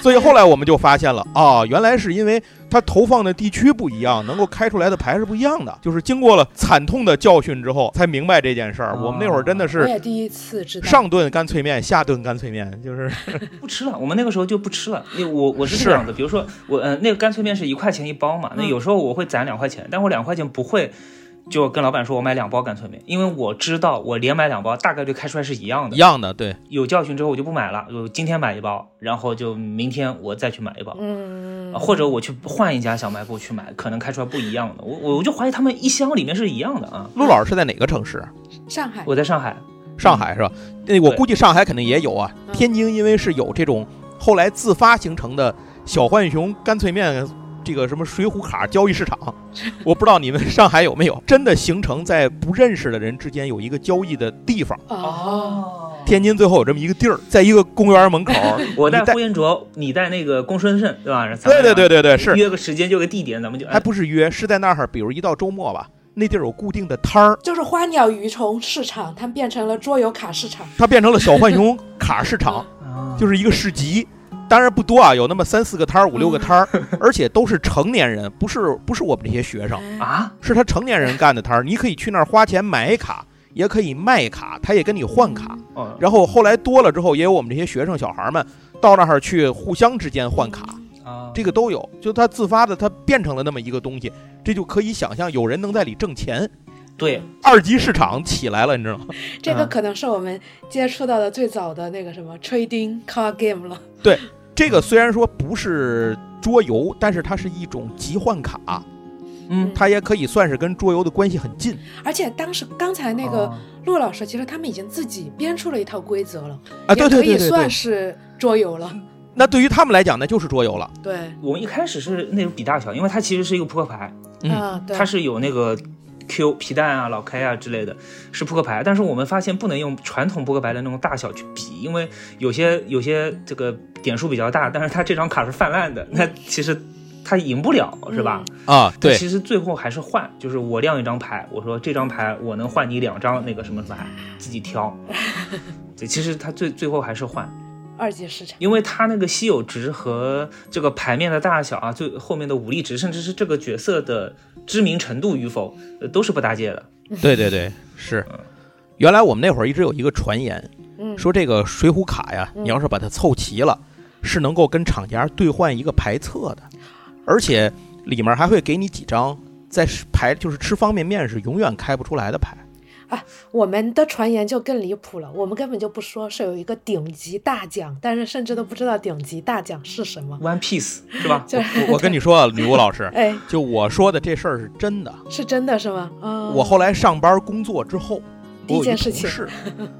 D: 所以后来我们就发现了啊，原来是因为它投放的地区不一样，能够开出来的牌是不一样的。就是经过了惨痛的教训之后，才明白这件事儿。我们那会儿真的
C: 我
D: 是
C: 也第一次知道，
D: 上顿干脆面，下顿干脆面，就是
A: 不吃了。我们那个时候就不吃了，因为我我是
D: 是
A: 这样子，比如说我呃那个干脆面是一块钱一包嘛，那
C: 嗯
A: 有时候我会攒两块钱，但我两块钱不会。就跟老板说，我买两包干脆面，因为我知道我连买两包大概率开出来是一样的
D: 一。样的。对，
A: 有教训之后，我就不买了，我今天买一包，然后就明天我再去买一包，
C: 嗯，
A: 啊或者我去换一家小卖部去买，可能开出来不一样的。我我我就怀疑他们一箱里面是一样的啊。
D: 陆老师是在哪个城市？啊
C: 上海，
A: 我在上海，
D: 上海是吧？那我
A: 嗯对
D: 估计上海肯定也有啊。
C: 嗯
D: 天津因为是有这种后来自发形成的小浣熊干脆面这个什么水浒卡交易 市场，我不知道你们上海有没有真的形成在不认识的人之间有一个交易的地方。
C: 哦，
D: 天津最后有这么一个地儿，在一个公园门口，
A: 我带
D: 你带
A: 呼延灼，你带那个公孙胜，对吧？咱
D: 对
A: 们
D: 对对对对，是，
A: 约个时间，约个地点，咱们就
D: 还
A: 哎，
D: 不是约，是在那儿，比如一到周末吧，那地儿有固定的摊儿，
C: 就是花鸟鱼虫市场，它变成了桌游卡市场，
D: 它变成了小浣熊卡市场，
A: 啊
D: 就是一个市集。当然不多啊，有那么三四个摊儿、五六个摊儿，而且都是成年人，不是不是我们这些学生，
A: 啊，
D: 是他成年人干的摊儿。你可以去那儿花钱买卡，也可以卖卡，他也跟你换卡。
A: 哦
D: 然后后来多了之后，也有我们这些学生小孩儿们到那儿去互相之间换卡，
A: 啊，
D: 这个都有。就他自发的，他变成了那么一个东西，这就可以想象有人能在里挣钱。
A: 对，
D: 二级市场起来了，你知道吗？
C: 这个
A: 嗯
C: 可能是我们接触到的最早的那个什么 trading card game 了。
D: 这个虽然说不是桌游，但是它是一种集换卡，
A: 嗯，
D: 它也可以算是跟桌游的关系很近。
C: 嗯而且当时刚才那个
A: 哦
C: 陆老师，其实他们已经自己编出了一套规则了，
D: 啊，
C: 也
D: 对对对
C: 可
D: 对
C: 以算
D: 对。
C: 是桌游了。
D: 那对于他们来讲，那就是桌游了。
C: 对，
A: 我们一开始是那种比大小，因为它其实是一个扑克牌，
D: 嗯
C: 啊，对，
A: 它是有那个 Q 皮蛋啊、老 K 啊之类的，是扑克牌。但是我们发现不能用传统扑克牌的那种大小去比，因为有些有些这个点数比较大，但是它这张卡是泛滥的，那其实它赢不了，是吧？
D: 啊，
A: 但
D: 对
A: 其实最后还是换，就是我亮一张牌，我说这张牌我能换你两张那个什么牌，自己挑。 对，其实它最最后还是换，
C: 二级市场。
A: 因为它那个稀有值和这个牌面的大小啊，最后面的武力值，甚至是这个角色的知名程度与否，呃都是不搭界的。
D: 对对对，是。原来我们那会儿一直有一个传言，
C: 嗯，
D: 说这个水浒卡呀，
C: 嗯
D: 你要是把它凑齐了，是能够跟厂家兑换一个牌册的，而且里面还会给你几张在是牌就是吃方便面是永远开不出来的 牌。
C: 我们的传言就更离谱了，我们根本就不说是有一个顶级大奖，但是甚至都不知道顶级大奖是什么。
A: One Piece 是 吧？
C: 就
D: 我我跟你说啊，女巫老师，
C: 哎，
D: 就我说的这事儿是真的。
C: 是真的是吗？啊，
D: 我后来上班工作之后，
C: 嗯第一
D: 我有一
C: 件
D: 同
C: 事情
D: 事，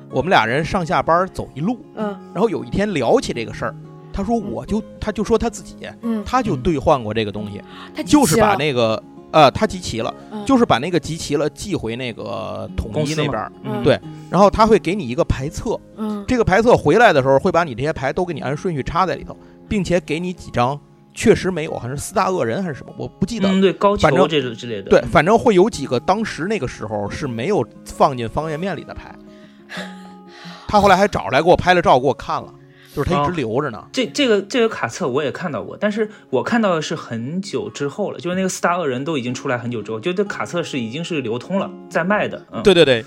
D: 我们俩人上下班走一路，
C: 嗯
D: 然后有一天聊起这个事儿，他说我就他就说他自己，
C: 嗯，
D: 他就
A: 嗯
D: 兑换过这个东西，
C: 他
D: 就是
C: 集齐
D: 把
C: 了
D: 那个呃他集齐了，
C: 嗯
D: 就是把那个集齐了寄回那个统
A: 公
D: 一
A: 司
D: 那
A: 嘛
D: 边儿，
A: 嗯，
D: 对然后他会给你一个牌册，
C: 嗯
D: 这个牌册回来的时候会把你这些牌都给你按顺序插在里头，并且给你几张确实没有，好像是四大恶人还是什么，我不记得了。
A: 嗯，对，高
D: 反正
A: 俅这之类的。
D: 对，反正会有几个当时那个时候是没有放进方便面里 的牌。他后来还找来给我拍了照，给我看了，就是他一直
A: 哦
D: 留着呢。
A: 这这个这个卡册我也看到过，但是我看到的是很久之后了，就是那个四大恶人都已经出来很久之后，就这卡册是已经是流通了，在卖的。嗯，
D: 对对对，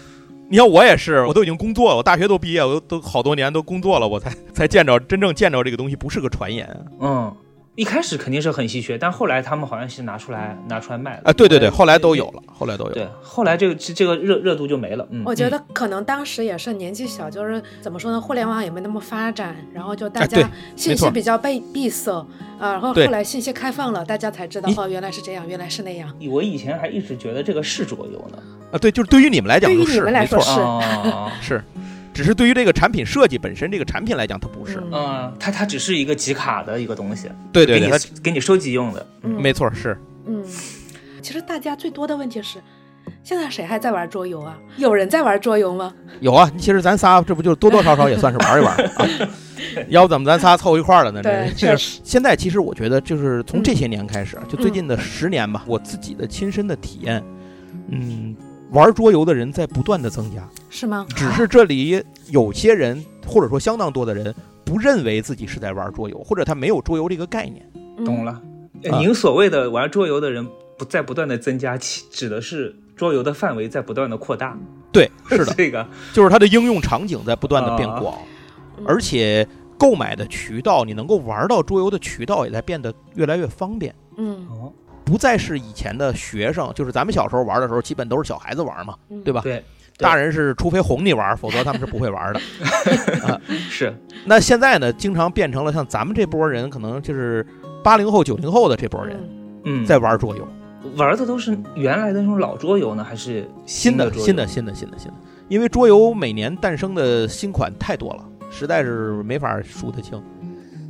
D: 你看我也是，我都已经工作了，我大学都毕业，我都都好多年都工作了，我才才见着真正见着这个东西，不是个传言啊！
A: 嗯，一开始肯定是很稀缺，但后来他们好像是拿出来拿出来卖了。
D: 啊对对对，
A: 因为
D: 后来都有。了，后来都有。
A: 对，后来这个这个热热度就没了。嗯，
C: 我觉得可能当时也是年纪小，就是怎么说呢，互联网也没那么发展，然后就大
D: 哎对
C: 家信息
D: 错
C: 比较被闭塞啊，然后
D: 对
C: 后来信息开放了，大家才知道
D: 你
C: 哦，原来是这样，原来是那样。
A: 嗯我以前还一直觉得这个是桌游呢。
D: 啊，对，就是对于你们来讲
C: 对于
D: 就
C: 你
D: 是
C: 们来
D: 没
C: 说
D: 错，
C: 是
A: 哦，
D: 是，只是对于这个产品设计本身，这个产品来讲它不是。呃
C: 嗯
A: 嗯，它它只是一个集卡的一个东西，
D: 对对对，
A: 给
D: 它
A: 你给你收集用的。
C: 嗯
D: 没错是。
C: 嗯， 其实大家最多的问题是，现在谁还在玩桌游啊？有人在玩桌游吗？
D: 有啊，其实咱仨这不就是多多少少也算是玩一玩 啊，要不怎么咱仨凑一块儿了呢？
C: 对
D: 这
C: 确实。嗯
D: 现在其呃实我觉得就是从这些年开始，啊就最近的十年吧，我自己的亲身的体验，嗯，玩桌游的人在不断的增加，
C: 是吗？
D: 只是这里有些人或者说相当多的人不认为自己是在玩桌游，或者他没有桌游这个概念。
C: 嗯
A: 懂了，呃
D: 啊
A: 您所谓的玩桌游的人不在不断的增加，其指的是桌游的范围在不断的扩大。
D: 对，是的，
A: 这个
D: 就是它的应用场景在不断的变广，
C: 嗯
D: 而且购买的渠道，你能够玩到桌游的渠道也在变得越来越方便。
C: 嗯
A: 哦，
D: 不再是以前的学生，就是咱们小时候玩的时候，基本都是小孩子玩嘛，
C: 嗯
D: 对吧？
A: 对，对
D: 大人是除非哄你玩，否则他们是不会玩的。
A: 是
D: 那现在呢，经常变成了像咱们这波人，可能就是八零后、九零后的这波人
C: 嗯
A: 嗯，
D: 在玩桌游，
A: 玩的都是原来的那种老桌游呢，还是
D: 新
A: 的
D: 的、
A: 桌游
D: 新的、新的、新的、新的，因为桌游每年诞生的新款太多了，实在是没法数得清，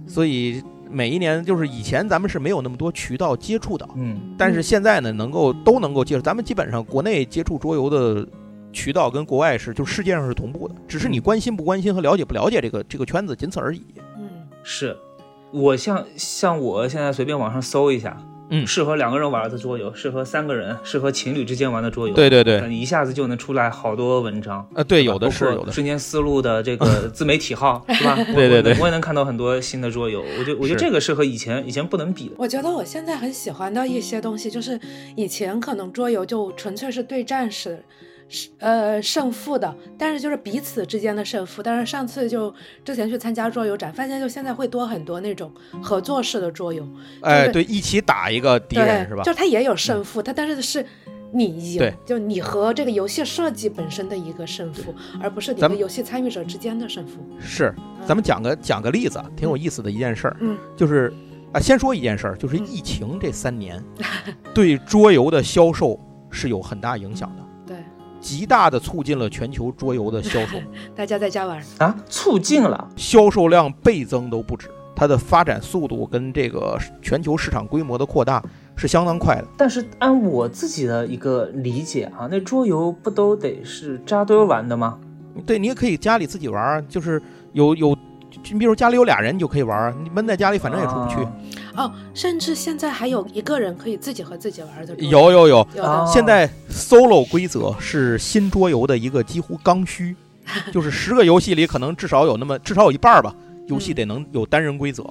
D: 所以每一年就是以前咱们是没有那么多渠道接触到，
A: 嗯，
D: 但是现在呢，能够都能够接触，咱们基本上国内接触桌游的渠道跟国外是，就世界上是同步的，只是你关心不关心和了解不了解这个这个圈子，仅此而已。
C: 嗯
A: 是。我像像我现在随便网上搜一下，
D: 嗯
A: 适合两个人玩的桌游，适合三个人，适合情侣之间玩的桌游。
D: 对对对
A: 呃，你一下子就能出来好多文章。
D: 呃，对，有的是
A: 啊包括
D: 有的是，
A: 瞬间思路的这 个自媒体号是吧？我
D: 对对对
A: 我能我也能看到很多新的桌游，我觉得我觉得
D: 是
A: 这个是和以前以前不能比的。
C: 我觉得我现在很喜欢的一些东西，就是以前可能桌游就纯粹是对战式，是呃胜负的，但是就是彼此之间的胜负。但是上次就之前去参加桌游展，发现就现在会多很多那种合作式的桌游，
D: 哎，
C: 就是
D: 对，一起打一个敌
C: 对
D: 人，是吧
C: 就？是它也有胜负，它但是是。你赢
D: 对，
C: 就你和这个游戏设计本身的一个胜负，而不是你
D: 咱
C: 和
D: 们
C: 游戏参与者之间的胜负。
D: 是，咱们讲个讲个例子，啊，挺有意思的一件事儿，
C: 嗯，
D: 就是啊，先说一件事儿，就是
C: 嗯
D: 疫情这三年，对桌游的销售是有很大影响的，
C: 嗯对，
D: 极大的促进了全球桌游的销售，
C: 大家在家玩儿，
A: 啊，促进了
D: 销售量倍增都不止，它的发展速度跟这个全球市场规模的扩大是相当快的。
A: 但是按我自己的一个理解啊，那桌游不都得是扎堆儿玩的吗？
D: 对你也可以家里自己玩儿，就是有有，你比如家里有俩人，你就可以玩儿，你闷在家里反正也出不去。
A: 啊
C: 哦，甚至现在还有一个人可以自己和自己玩儿的桌游。
D: 有有有，
C: 有的、
A: 啊
D: 现在 solo 规则是新桌游的一个几乎刚需，就是十个游戏里可能至少有那么至少有一半儿吧，游戏得能有单人规则。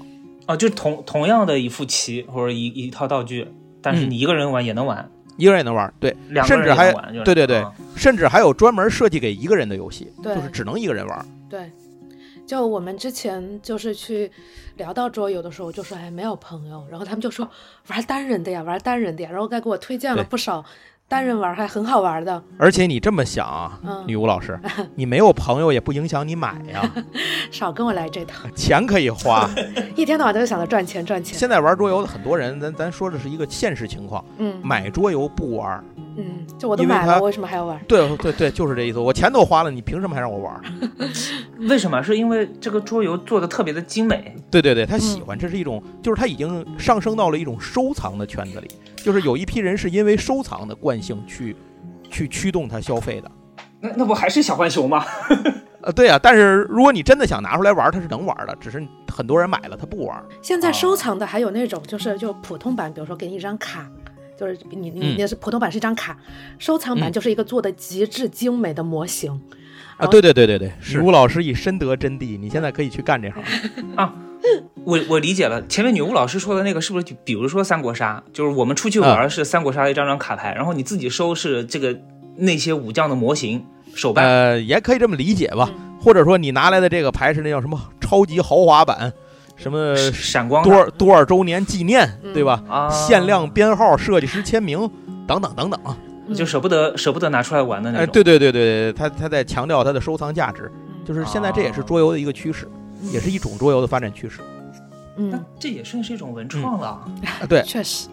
A: 哦，就是同同样的一副棋或者一一套道具，但是
D: 嗯
A: 你一个人玩也能玩，
D: 一个人也能玩儿，对，
A: 两个
D: 甚
A: 人
D: 至
A: 也
D: 还
A: 能玩，就是
D: 对对对
A: 啊
D: 甚至还有专门设计给一个人的游戏，
C: 对
D: 就是只能一个人玩儿。
C: 对，就我们之前就是去聊到桌游的时候，我就说哎没有朋友，然后他们就说玩单人的呀，玩单人的呀，然后再给我推荐了
D: 对
C: 不少单人玩儿还很好玩的，
D: 而且你这么想啊，
C: 嗯
D: 女，巫老师，你没有朋友也不影响你买呀、
C: 少跟我来这套，
D: 钱可以 花。
C: 一天到晚都想着赚钱赚钱，
D: 现在玩桌游的很多人，咱咱说的是一个现实情况，
C: 嗯
D: 买桌游不玩儿。
C: 嗯，就我都
D: 因为
C: 买
D: 它
C: 了，我为什么还要玩儿？
D: 对对对，就是这意思。我钱都花了，你凭什么还让我玩儿？
A: 为什么？是因为这个桌游做的特别的精美，
D: 对对对，他喜欢，这是一种，就是他已经上升到了一种收藏的圈子里，就是有一批人是因为收藏的惯性去去驱动他消费的。
A: 那那不还是小浣熊吗？
D: 呃，对啊，但是如果你真的想拿出来玩儿，他是能玩儿的，只是很多人买了他不玩儿。
C: 现在收藏的还有那种就是就普通版，比如说给你一张卡，就是你你
D: 嗯
C: 那是普通版是一张卡，收藏版
D: 嗯
C: 就是一个做的极致精美的模型。
D: 啊，
C: 哦
D: 对对对对对，是吴老师已深得真谛，你现在可以去干这行。
A: 我我理解了，前面女巫老师说的那个是不是就比如说三国杀，就是我们出去玩
D: 嗯
A: 儿是三国杀的一张张卡牌，然后你自己收是这个那些武将的模型手办，
D: 呃，也可以这么理解吧，
C: 嗯
D: 或者说你拿来的这个牌是那叫什么超级豪华版，什么
A: 闪光
D: 呃多
A: 的
D: 少多少周年纪念，
C: 嗯
D: 对吧？
A: 啊，
D: 限量编号、设计师签名等等等等啊。
C: 嗯
A: 就舍不得舍不得拿出来玩的那
D: 哎，
A: 种。
D: 对对对对，对他他在强调它的收藏价值，
C: 嗯
D: 就是现在这也是桌游的一个趋势，
C: 嗯
D: 也是一种桌游的发展趋势。
A: 那
C: 嗯，
A: 这也算是一种文创了。
D: 啊，对，
C: 确实，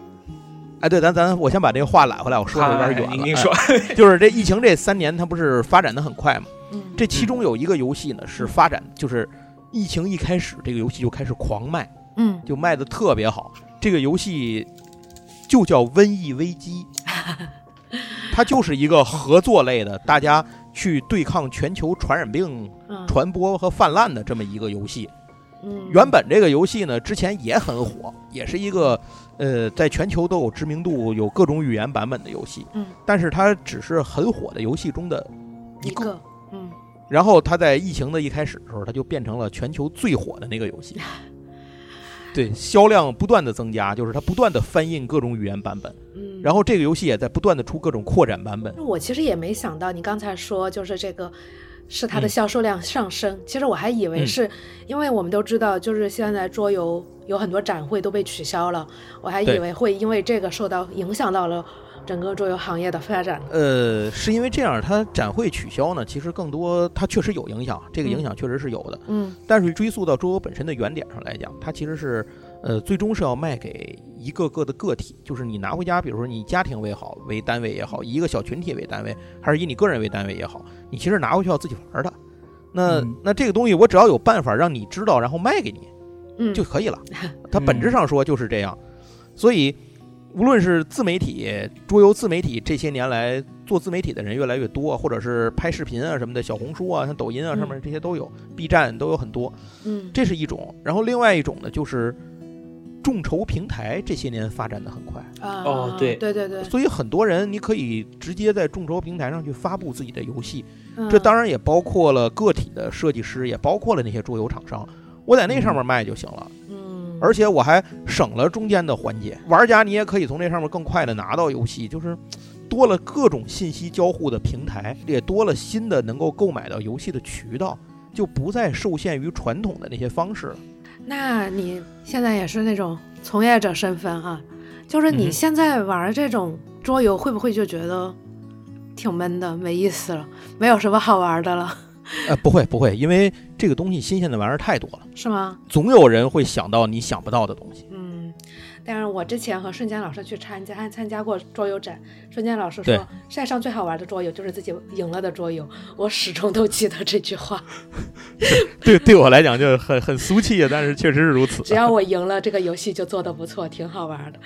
D: 哎对，咱咱我先把这个话揽回来，我说的有点远
A: 哎
D: 了。
A: 您您 说，
D: 哎就是这疫情这三年，它不是发展的很快嘛？
C: 嗯，
D: 这其中有一个游戏呢是发展，就是疫情一开始，这个游戏就开始狂卖。
C: 嗯
D: 就卖的特别好。这个游戏就叫《瘟疫危机》， 它就是一个合作类的，大家去对抗全球传染病
C: 嗯
D: 传播和泛滥的这么一个游戏。
C: 嗯
D: 原本这个游戏呢，之前也很火，也是一个呃，在全球都有知名度、有各种语言版本的游戏。
C: 嗯，
D: 但是它只是很火的游戏中的一
C: 一
D: 个。
C: 个嗯
D: 然后它在疫情的一开始的时候，它就变成了全球最火的那个游戏。对，销量不断的增加，就是它不断的翻印各种语言版本，
C: 嗯，
D: 然后这个游戏也在不断的出各种扩展版本。
C: 我其实也没想到，你刚才说就是这个。是它的
D: 嗯
C: 销售量上升，其实我还以为
D: 嗯
C: 是，因为我们都知道，就是现在桌游有很多展会都被取消了，我还以
D: 对
C: 为会因为这个受到影响到了整个桌游行业的发展。
D: 呃，是因为这样，它展会取消呢，其实更多它确实有影响，这个影响确实是有的。
C: 嗯
D: 但是追溯到桌游本身的原点上来讲，它其实是，呃，最终是要卖给一个个的个体，就是你拿回家，比如说你家庭为好为单位也好，以一个小群体为单位，还是以你个人为单位也好，你其实拿回去要自己玩的。那、
A: 嗯
D: 那这个东西，我只要有办法让你知道，然后卖给你
C: 嗯，
D: 就可以 了。它本质上说就是这样，所以无论是自媒体、桌游自媒体，这些年来做自媒体的人越来越多，或者是拍视频啊什么的，小红书啊、像抖音啊
C: 嗯
D: 上面这些都有、b 站都有很多。
C: 嗯
D: 这是一种。然后另外一种呢，就是众筹平台这些年发展的很快，
C: 啊，
A: 哦对
C: 对对对，
D: 所以很多人你可以直接在众筹平台上去发布自己的游戏，
C: 嗯
D: 这当然也包括了个体的设计师，也包括了那些桌游厂商。我在那上面卖就行了，
C: 嗯，
D: 而且我还省了中间的环节。玩家你也可以从这上面更快的拿到游戏，就是多了各种信息交互的平台，也多了新的能够购买到游戏的渠道，就不再受限于传统的那些方式了。
C: 那你现在也是那种从业者身份哈、就是
A: 嗯
C: 你
A: 哼
C: 现在玩这种桌游，会不会就觉得挺闷的，没意思了，没有什么好玩的了，
D: 呃，不会不会，因为这个东西新鲜的玩意儿太多了，
C: 是吗？
D: 总有人会想到你想不到的东西。
C: 嗯，但是我之前和瞬间老师去参加，还参加过桌游展。瞬间老师说
D: 对，
C: 世界上最好玩的桌游就是自己赢了的桌游。我始终都记得这句话，
D: 对，对我来讲就是很很俗气，啊但是确实是如此 啊
C: 只要我赢了这个游戏，就做得不错，挺好玩的。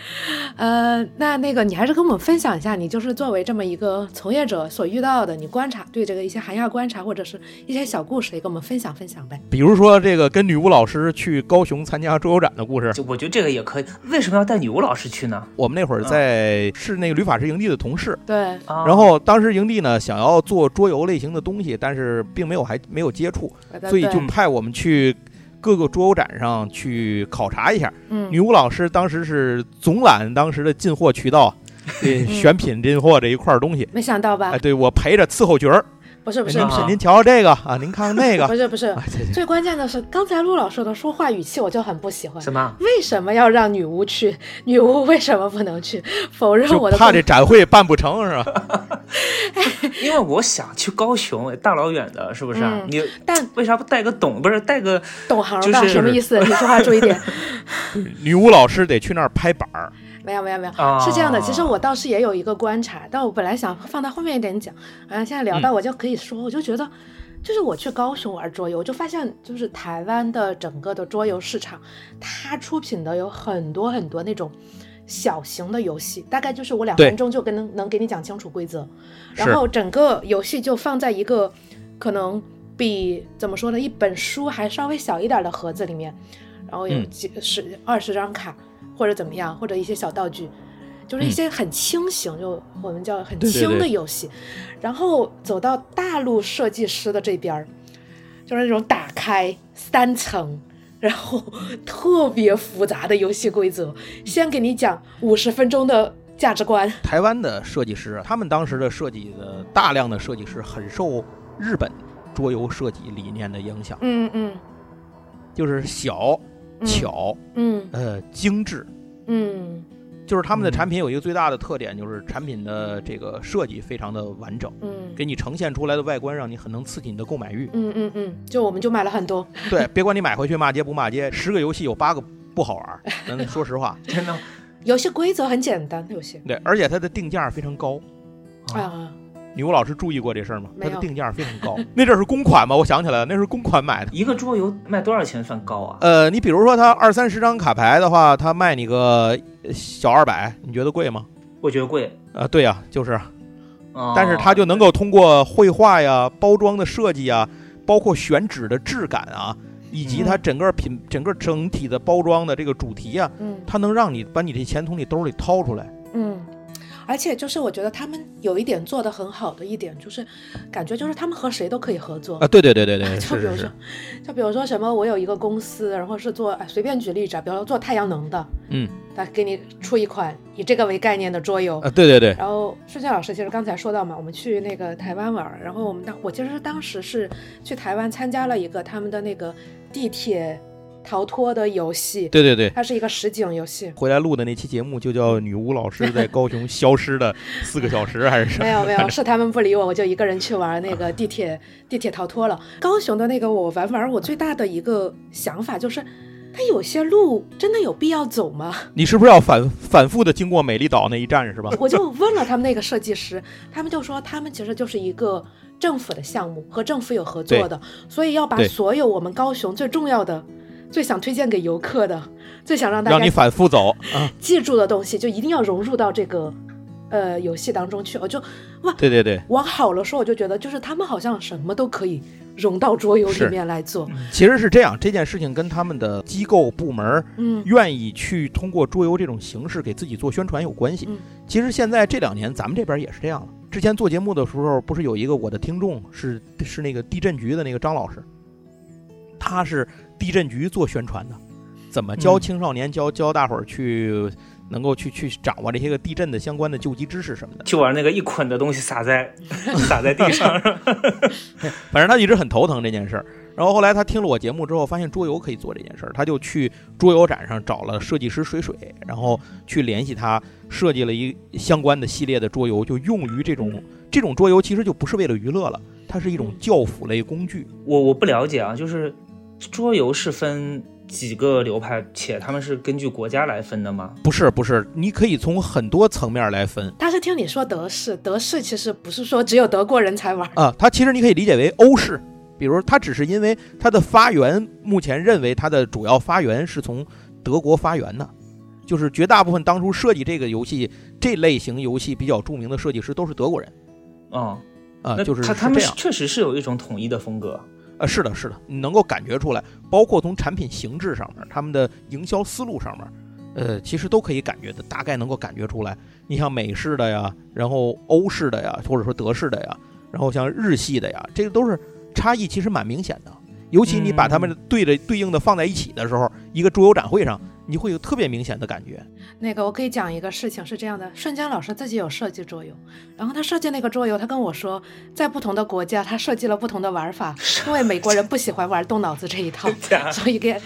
C: 呃，那那个你还是跟我们分享一下，你就是作为这么一个从业者所遇到的，你观察对这个一些行业观察或者是一些小故事，也跟我们分享分享呗。
D: 比如说这个跟女巫老师去高雄参加桌游展的故事，
A: 就我觉得这个也可以。为什么要带女巫老师去呢？
D: 我们那会
C: 嗯
D: 儿在是那个旅法师营地的同事，
C: 对，
A: 啊，
D: 然后当时营地呢想要做桌游类型的东西，但是并没有还没有接触，所以就
C: 对
D: 派我们去各个桌游展上去考察一下。
C: 嗯
D: 女巫老师当时是总揽当时的进货渠道，
C: 嗯
D: 这选品进货这一块儿东西。
C: 没想到吧
D: 哎，？对我陪着伺候角儿，
C: 不啊是不
D: 哎
C: 是
D: 您
A: 不是
D: 您瞧瞧这个啊，您看看那 个
C: 不，是不是，
D: 啊，对对
C: 最关键的是刚才陆老师的说话语气我就很不喜欢。
A: 什么？
C: 为什么要让女巫去？女巫为什么不能去？否认我
D: 就
C: 的
D: 怕
C: 工
D: 这展会办不成 是吧？
A: 因为我想去高雄，大老远的，是不是啊？
C: 嗯
A: 你
C: 但
A: 为啥不带个懂？不是带个
C: 懂行
A: 就
C: 的、
A: 是
C: 什么意思？你说话注意点。
D: 女巫老师得去那儿拍板儿，
C: 没有没有没有，
A: 啊？
C: 是这样的，其
D: 哦
C: 实我倒是也有一个观察，但我本来想放到后面一点讲，然后现在聊
D: 嗯
C: 到我就可以说，我就觉得，就是我去高雄玩桌游，我就发现就是台湾的整个的桌游市场，它出品的有很多很多那种。小型的游戏大概就是我两
D: 对
C: 分钟就跟能能给你讲清楚规则，
D: 是
C: 然后整个游戏就放在一个可能比怎么说呢，一本书还稍微小一点的盒子里面，然后有
D: 嗯
C: 几十二十张卡或者怎么样，或者一些小道具，就是一
D: 嗯
C: 些很轻型，就我们叫很
D: 对对
C: 轻的
D: 对
C: 游戏。然后走到大陆设计师的这边儿，就是那种打开三层。然后 特别复杂的游戏规则，先给你讲五十分钟的价值观，
D: 台湾的设计师，他们当时的设计的大量的设计师很受日本桌游设计理念的影响，
C: 嗯嗯，
D: 就是小、
C: 嗯，
D: 巧、
C: 嗯
D: 呃精致。
C: 嗯
D: 就是他们的
A: 嗯
D: 产品有一个最大的特点，就是产品的这个设计非常的完整，
C: 嗯
D: 给你呈现出来的外观让你很能刺激你的购买欲。
C: 嗯嗯嗯，就我们就买了很多，
D: 对，别管你买回去骂街不骂街，十个游戏有八个不好玩 儿，咱说实话。
A: 真的吗
C: 游戏规则很简单，有些
D: 对，而且它的定价非常高。哦
C: 啊，
D: 女巫老师注意过这事儿吗？
C: 没
D: 它
C: 有
D: 的定价非常 高。那阵儿是公款吗？我想起来了，那是公款买的。
A: 一个桌游卖多少钱算高啊？
D: 呃，你比如说它二三十张卡牌的话，它卖你个呃小二百，你觉得贵吗？
A: 我觉得贵。
D: 啊、对呀、就是，
C: 哦
A: 啊
D: 但是它就能够通过绘画呀、包装的设计啊，包括选址的质感啊，以及
C: 嗯
D: 它整个品、整个整体的包装的这个主题啊，
C: 嗯
D: 它能让你把你这钱从你兜里掏出来。
C: 嗯，而且就是我觉得他们有一点做得很好的一点，就是感觉就是他们和谁都可以合作
D: 啊，。对对对对对，
C: 就是比如
D: 是
C: 说
D: 是，，
C: 就比如说什么，我有一个公司，然后是做，哎随便举例子啊，比如说做太阳能的，
D: 嗯，
C: 他给你出一款以这个为概念的桌游，
D: 啊，对对对，
C: 然后顺建老师其实刚才说到嘛，我们去那个台湾玩儿，然后我们当我其实当时是去台湾参加了一个他们的那个地铁逃脱的游戏，
D: 对对对。
C: 它是一个实景游戏。
D: 回来录的那期节目就叫《女巫老师在高雄消失的四个小时》，还是什
C: 没
D: 么？
C: 有没有，是他们不理我，我就一个人去玩那个地铁 地铁逃脱了。高雄的那个我玩玩，我最大的一个想法就是，它有些路真的有必要走 吗？
D: 你是不是要反反复的经过美丽岛那一站是吧？
C: 我就问了他们那个设计师，他们就说他们其实就是一个政府的项目，和政府有合作的，所以要把
D: 对
C: 所有我们高雄最重要的、最想推荐给游客的、最想让大
D: 让你
C: 家
D: 反复走啊！
C: 记住的东西，就一定要融入到这个呃游戏当中去。我就哇，
D: 对对对，
C: 往好了说，我就觉得就是他们好像什么都可以融到桌游里
D: 是
C: 面来做。
A: 嗯
D: 其实是这样，这件事情跟他们的机构部门儿
C: 嗯
D: 愿意去通过桌游这种形式给自己做宣传有关系
C: 嗯。
D: 其实现在这两年咱们这边也是这样了。之前做节目的时候，不是有一个我的听众是是那个地震局的那个张老师，他是地震局做宣传的，怎么教
A: 嗯
D: 青少年教教大伙儿去能够去去掌握这些个地震的相关的救急知识什么的。
A: 去玩那个一捆的东西撒在 撒在地 上，
D: 反正他一直很头疼这件事儿。然后后来他听了我节目之后，发现桌游可以做这件事儿，他就去桌游展上找了设计师水水，然后去联系他，设计了一相关的系列的桌游，就用于这种这种桌游，其实就不是为了娱乐了，它是一种教辅类工具。
A: 我我不了解啊，就是桌游是分几个流派，且他们是根据国家来分的吗？
D: 不是不是，你可以从很多层面来分
C: 但是听你说德式，德式其实不是说只有德国人才玩儿，
D: 啊，它其实你可以理解为欧式，比如它只是因为它的发源，目前认为它的主要发源是从德国发源的，就是绝大部分当初设计这个游戏这类型游戏比较著名的设计师都是德国人
A: 哦，
D: 啊，
A: 那
D: 就是
A: 他他们
D: 是这
A: 是
D: 样
A: 确实是有一种统一的风格。，
D: 啊，是的，是的，你能够感觉出来，包括从产品形制上面，他们的营销思路上面。呃，其实都可以感觉的，大概能够感觉出来。你像美式的呀，然后欧式的呀，或者说德式的呀，然后像日系的呀，这个都是差异，其实蛮明显的。尤其你把它们对着对应的放在一起的时候，一个桌游展会上，你会有特别明显的感觉。
C: 那个我可以讲一个事情，是这样的，瞬间老师自己有设计桌游，然后他设计那个桌游，他跟我说，在不同的国家，他设计了不同的玩法，因为美国人不喜欢玩动脑子这一套
A: 假
C: 所以给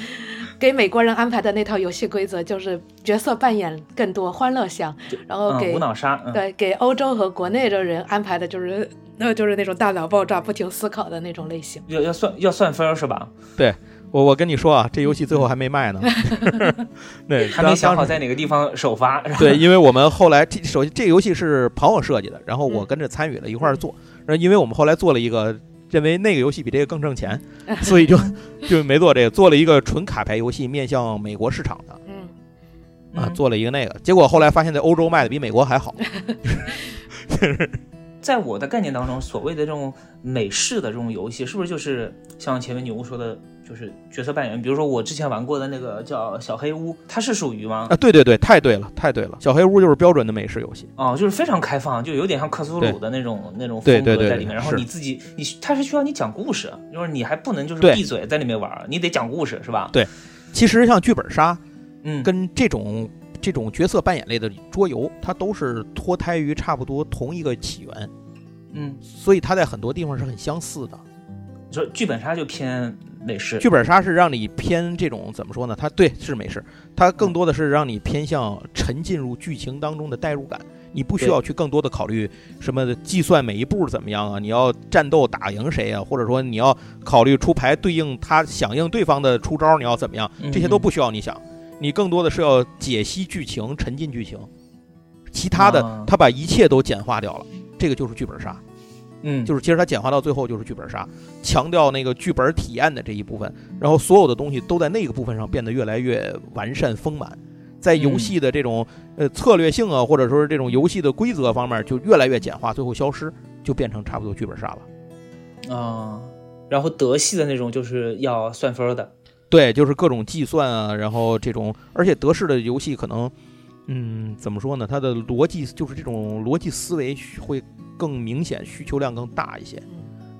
C: 给美国人安排的那套游戏规则就是角色扮演更多，欢乐向，然后
A: 嗯，
C: 给、
A: 无脑杀，嗯，
C: 对给欧洲和国内的人安排的就是 那就是那种大脑爆炸、不停思考的那种类型。
A: 要要算要算分儿是吧？
D: 我我跟你说啊，这游戏最后还没 卖呢。 对，
A: 还没
D: 当
A: 想
D: 当
A: 好
D: 时啊
A: 在哪个地方首发。然后
D: 对，因为我们后来这首先这个游戏是朋友设计的，然后我
C: 嗯
D: 跟着参与了一块儿做。然后因为我们后来做了一个，认为那个游戏比这个更 挣钱，所以就就没做这个，做了一个纯卡牌游戏，面向美国市场的
C: 嗯，
D: 啊，
A: 嗯
D: 做了一个那个。结果后来发现，在欧洲卖的比美国还好。
A: 在我的概念当中，所谓的这种美式的这种游戏，是不是就是像前面女巫说的，就是角色扮演？比如说我之前玩过的那个叫小黑屋，它是属于吗
D: 啊，？对对对，太对了，太对了，小黑屋就是标准的美式游戏。
A: 哦，就是非常开放，就有点像克苏鲁的那种那种
D: 对
A: 风格
D: 对对
A: 在
D: 对
A: 里面。然后
D: 是
A: 你自己，你它是需要你讲故事，就是你还不能就是
D: 对
A: 闭嘴在里面玩儿，你得讲故事是吧？
D: 其实像剧本杀
A: 嗯，
D: 跟这种这种角色扮演类的桌游，它都是脱胎于差不多同一个起源，
A: 嗯，
D: 所以它在很多地方是很相似的。
A: 说剧本杀就偏美式，
D: 剧本杀是让你偏这种怎么说呢？它对是美式，它更多的是让你偏向沉浸入剧情当中的代入感。你不需要去更多的考虑什么计算每一步怎么样啊，你要战斗打赢谁啊，或者说你要考虑出牌对应他响应对方的出招，你要怎么样，
A: 嗯
D: 这些都不需要你想，你更多的是要解析剧情、沉浸剧情。其他
A: 啊
D: 的，他把一切都简化掉了，这个就是剧本杀。
A: 嗯，
D: 就是其实它简化到最后就是剧本杀，强调那个剧本体验的这一部分，然后所有的东西都在那个部分上变得越来越完善丰满，在游戏的这种呃策略性啊，或者说是这种游戏的规则方面就越来越简化，最后消失，就变成差不多剧本杀了。
A: 啊、然后德系的那种就是要算分儿的，
D: 对，就是各种计算啊，然后这种，而且德式的游戏可能，嗯，怎么说呢？它的逻辑就是这种逻辑思维需会更明显，需求量更大一些。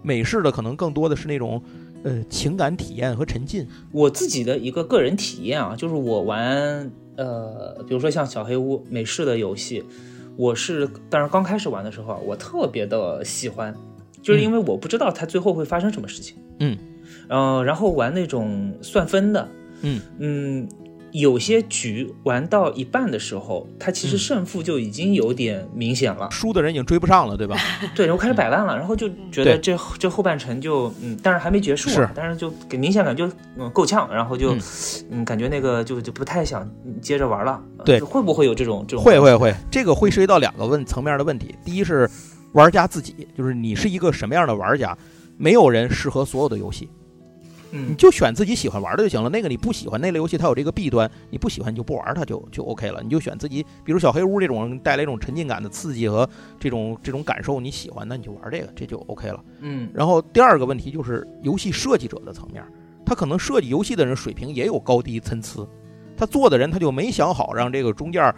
D: 美式的可能更多的是那种，呃，情感体验和沉浸。
A: 我自己的一个个人体验啊，就是我玩呃，比如说像小黑屋美式的游戏，我是当然刚开始玩的时候啊，我特别的喜欢，就是因为我不知道它最后会发生什么事情。
D: 嗯，
A: 呃，然后玩那种算分的，
D: 嗯
A: 嗯，有些局玩到一半的时候，它其实
D: 嗯
A: 胜负就已经有点明显了。
D: 输的人已经追不上了，对吧？
A: 对，然后开始
C: 嗯
A: 摆烂了，然后就觉得这这后半程就嗯，当然还没结束、啊
D: 是，
A: 但是就给明显感觉嗯够呛，然后就
D: 嗯
A: 嗯感觉那个就就不太想接着玩了。呃
D: 对
A: 就会不会有这种这种
D: 会会会，这个会涉及到两个问层面的问题。第一是玩家自己，就是你是一个什么样的玩家，没有人适合所有的游戏。你
A: 嗯
D: 就选自己喜欢玩的就行了。那个你不喜欢那类游戏，它有这个弊端，你不喜欢你就不玩它就就 OK 了。你就选自己，比如小黑屋这种带来一种沉浸感的刺激和这种这种感受，你喜欢那你就玩这个，这就 OK 了。
A: 嗯
D: 然后第二个问题就是游戏设计者的层面，他可能设计游戏的人水平也有高低参差，他做的人他就没想好让这个中间儿，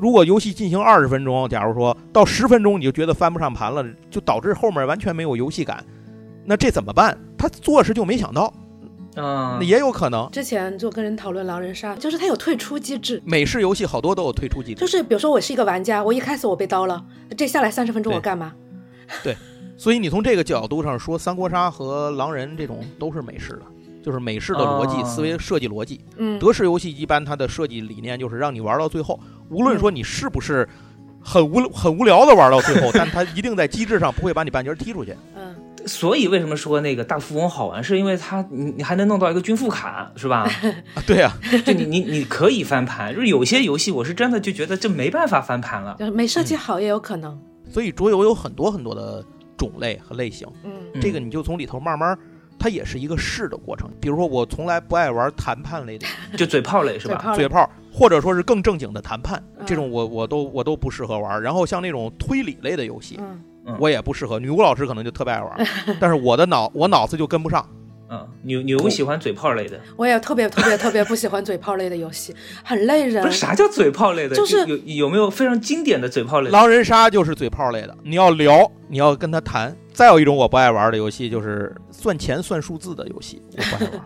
D: 如果游戏进行二十分钟，假如说到十分钟你就觉得翻不上盘了，就导致后面完全没有游戏感，那这怎么办？他做事就没想到，
A: 啊
D: 那，也有可能。
C: 之前就跟人讨论狼人杀，就是它有退出机制，
D: 美式游戏好多都有退出机制，
C: 就是比如说我是一个玩家，我一开始我被刀了，这下来三十分钟
D: 对
C: 我干嘛？
D: 所以你从这个角度上说，三国杀和狼人这种都是美式的，就是美式的逻辑、
A: 哦
D: 思维设计逻辑。
C: 嗯，
D: 德式游戏一般它的设计理念就是让你玩到最后，无论说你是不是很无很无聊的玩到最后，但它一定在机制上不会把你半截踢出去。
C: 嗯，
A: 呃所以为什么说那个大富翁好玩，是因为它你你还能弄到一个军富卡，是吧？
D: 啊对啊，
A: 就你你你可以翻盘，就是有些游戏我是真的就觉得这没办法翻盘了。
C: 就是没设计
A: 嗯
C: 好也有可能。
D: 所以桌游有很多很多的种类和类型，
C: 嗯
A: 嗯
D: 这个你就从里头慢慢。它也是一个试的过程，比如说我从来不爱玩谈判类的
A: 就嘴炮类是
C: 嘴
A: 吧？
C: 炮
D: 嘴
C: 了，
D: 炮，或者说是更正经的谈判，
C: 嗯
D: 这种我我都我都不适合玩。然后像那种推理类的游戏，
C: 嗯，
D: 我也不适合。女巫老师可能就特别 爱玩，但是我的脑我脑子就跟不上。
A: 嗯，牛牛喜欢嘴炮类的，
C: 我也特别特别特别不喜欢嘴炮类的游戏，很累人
A: 不。是啥叫嘴炮类的？
C: 就是
A: 有有没有非常经典的嘴炮类的？
D: 狼人杀就是嘴炮类的，你要聊，你要跟他谈。再有一种我不爱玩的游戏就是算钱算数字的游戏，我不爱玩。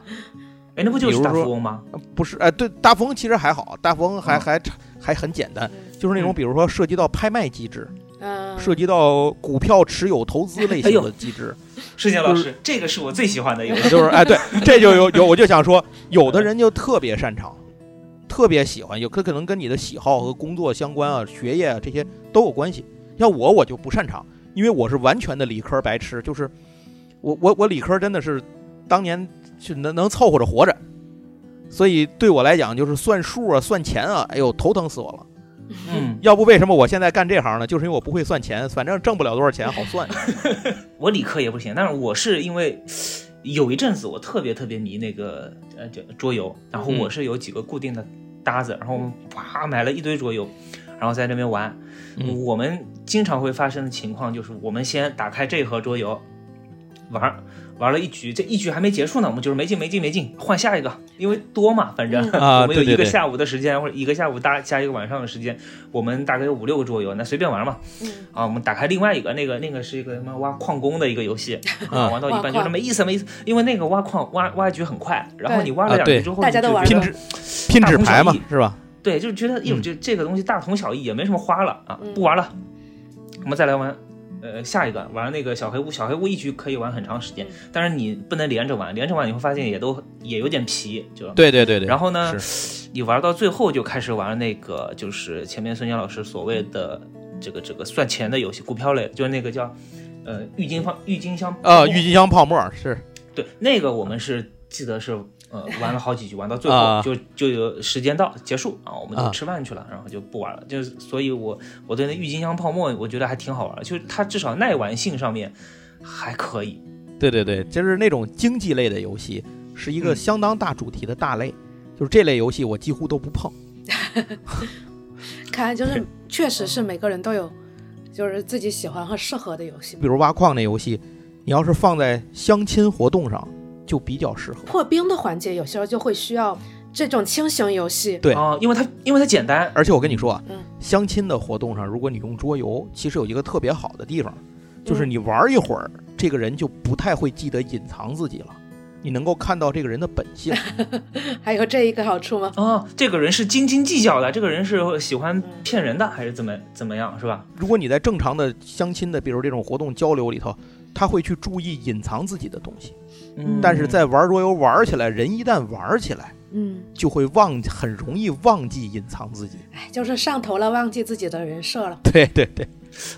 A: 哎，那不就是
D: 比如
A: 大
D: 说
A: 富翁吗？
D: 呃 不是，哎，对，大富翁其实还好，大富翁还、
A: 嗯
D: 还还很简单，就是那种
A: 嗯
D: 比如说涉及到拍卖机制，
C: 嗯，
D: 涉及到股票持有投资类
A: 哎
D: 型
A: 呦
D: 的机制，
A: 世界老
D: 就是
A: 师，这个是我最喜欢 的游戏。
D: 也就是哎，对，这就有有，我就想说，有的人就特别擅长，特别喜欢，有可可能跟你的喜好和工作相关啊，学业啊这些都有关系。像我，我就不擅长，因为我是完全的理科白痴，就是我我我理科真的是当年就能能凑合着活着，所以对我来讲就是算数啊、算钱啊，哎呦头疼死我了。
A: 嗯，
D: 要不为什么我现在干这行呢？就是因为我不会算钱，反正挣不了多少钱，好 算。
A: 我理科也不行，但是我是因为有一阵子我特别特别迷那个呃叫桌游，然后
D: 嗯
A: 我是有几个固定的搭子，然后我们啪买了一堆桌游，然后在那边玩。
D: 嗯
A: 我们经常会发生的情况就是，我们先打开这盒桌游玩儿。玩了一局，这一局还没结束呢，我们就是没进没进没进，换下一个，因为多嘛，反正、
C: 嗯
D: 啊
A: 我们有
D: 对对
A: 一个
D: 对
A: 下午的时间，或者一个下午搭加一个晚上的时间，我们大概有五六个桌游，那随便玩嘛。
C: 嗯
A: 啊，我们打开另外一个，那个那个是一个什么挖矿工的一个游 戏，啊，
D: 啊，
A: 玩到
C: 挖
A: 一半觉得
C: 矿
A: 没意思没意思，因为那个挖矿挖挖一局很快，然后
C: 对
A: 你挖
D: 啊
A: 了两
D: 对
A: 局之后，
C: 大
A: 你
C: 家都
A: 就
C: 玩
A: 觉
D: 拼
A: 得
D: 纸拼纸牌嘛
A: 大同小，
D: 是吧？
A: 对，就是觉得，哎呦，
D: 嗯
A: 这这个东西大同小异，也没什么花了啊，
C: 嗯
A: 不玩了，我们再来玩。呃，下一个玩那个小黑屋，小黑屋一局可以玩很长时间
C: 嗯，
A: 但是你不能连着玩，连着玩你会发现也都也有点皮，就
D: 对对对对。
A: 然后呢，你玩到最后就开始玩那个，就是前面孙江老师所谓的这个这个算钱的游戏，股票类，就是那个叫呃郁金方郁金香
D: 呃，郁金香泡沫是
A: 对那个我们是记得是呃玩了好几局，玩到最后、
D: 啊
A: 就就有时间到结束啊，我们
D: 啊
A: 就吃饭去了，然后就不玩了。就是所以我我对那郁金香泡沫我觉得还挺好玩的，就是它至少耐玩性上面还可以。
D: 对对对，就是那种经济类的游戏，是一个
A: 嗯
D: 相当大主题的大类。就是这类游戏我几乎都不碰。
C: 看来
A: 嗯
C: 就是确实是每个人都有，就是自己喜欢和适合的游戏嘛
D: 比。如挖矿那游戏，你要是放在相亲活动上，就比较适合。
C: 破冰的环节有时候就会需要这种轻型游戏。
D: 对
A: 啊、因为它因为它简单，
D: 而且我跟你说啊
C: 嗯，
D: 相亲的活动上，如果你用桌游，其实有一个特别好的地方，就是你玩一会儿，这个人就不太会记得隐藏自己了，你能够看到这个人的本 性。
C: 嗯还有这一个好处吗？
A: 哦，这个人是斤斤计较的，这个人是喜欢骗人的，还是怎么怎么样，是吧？
D: 如果你在正常的相亲的，比如这种活动交流里头，他会去注意隐藏自己的东西。
A: 嗯，
D: 但是在玩桌游玩起来，人一旦玩起来，
C: 嗯，
D: 就会忘，很容易忘记隐藏自己。
C: 哎，就是上头了，忘记自己的人设了。
D: 对对对，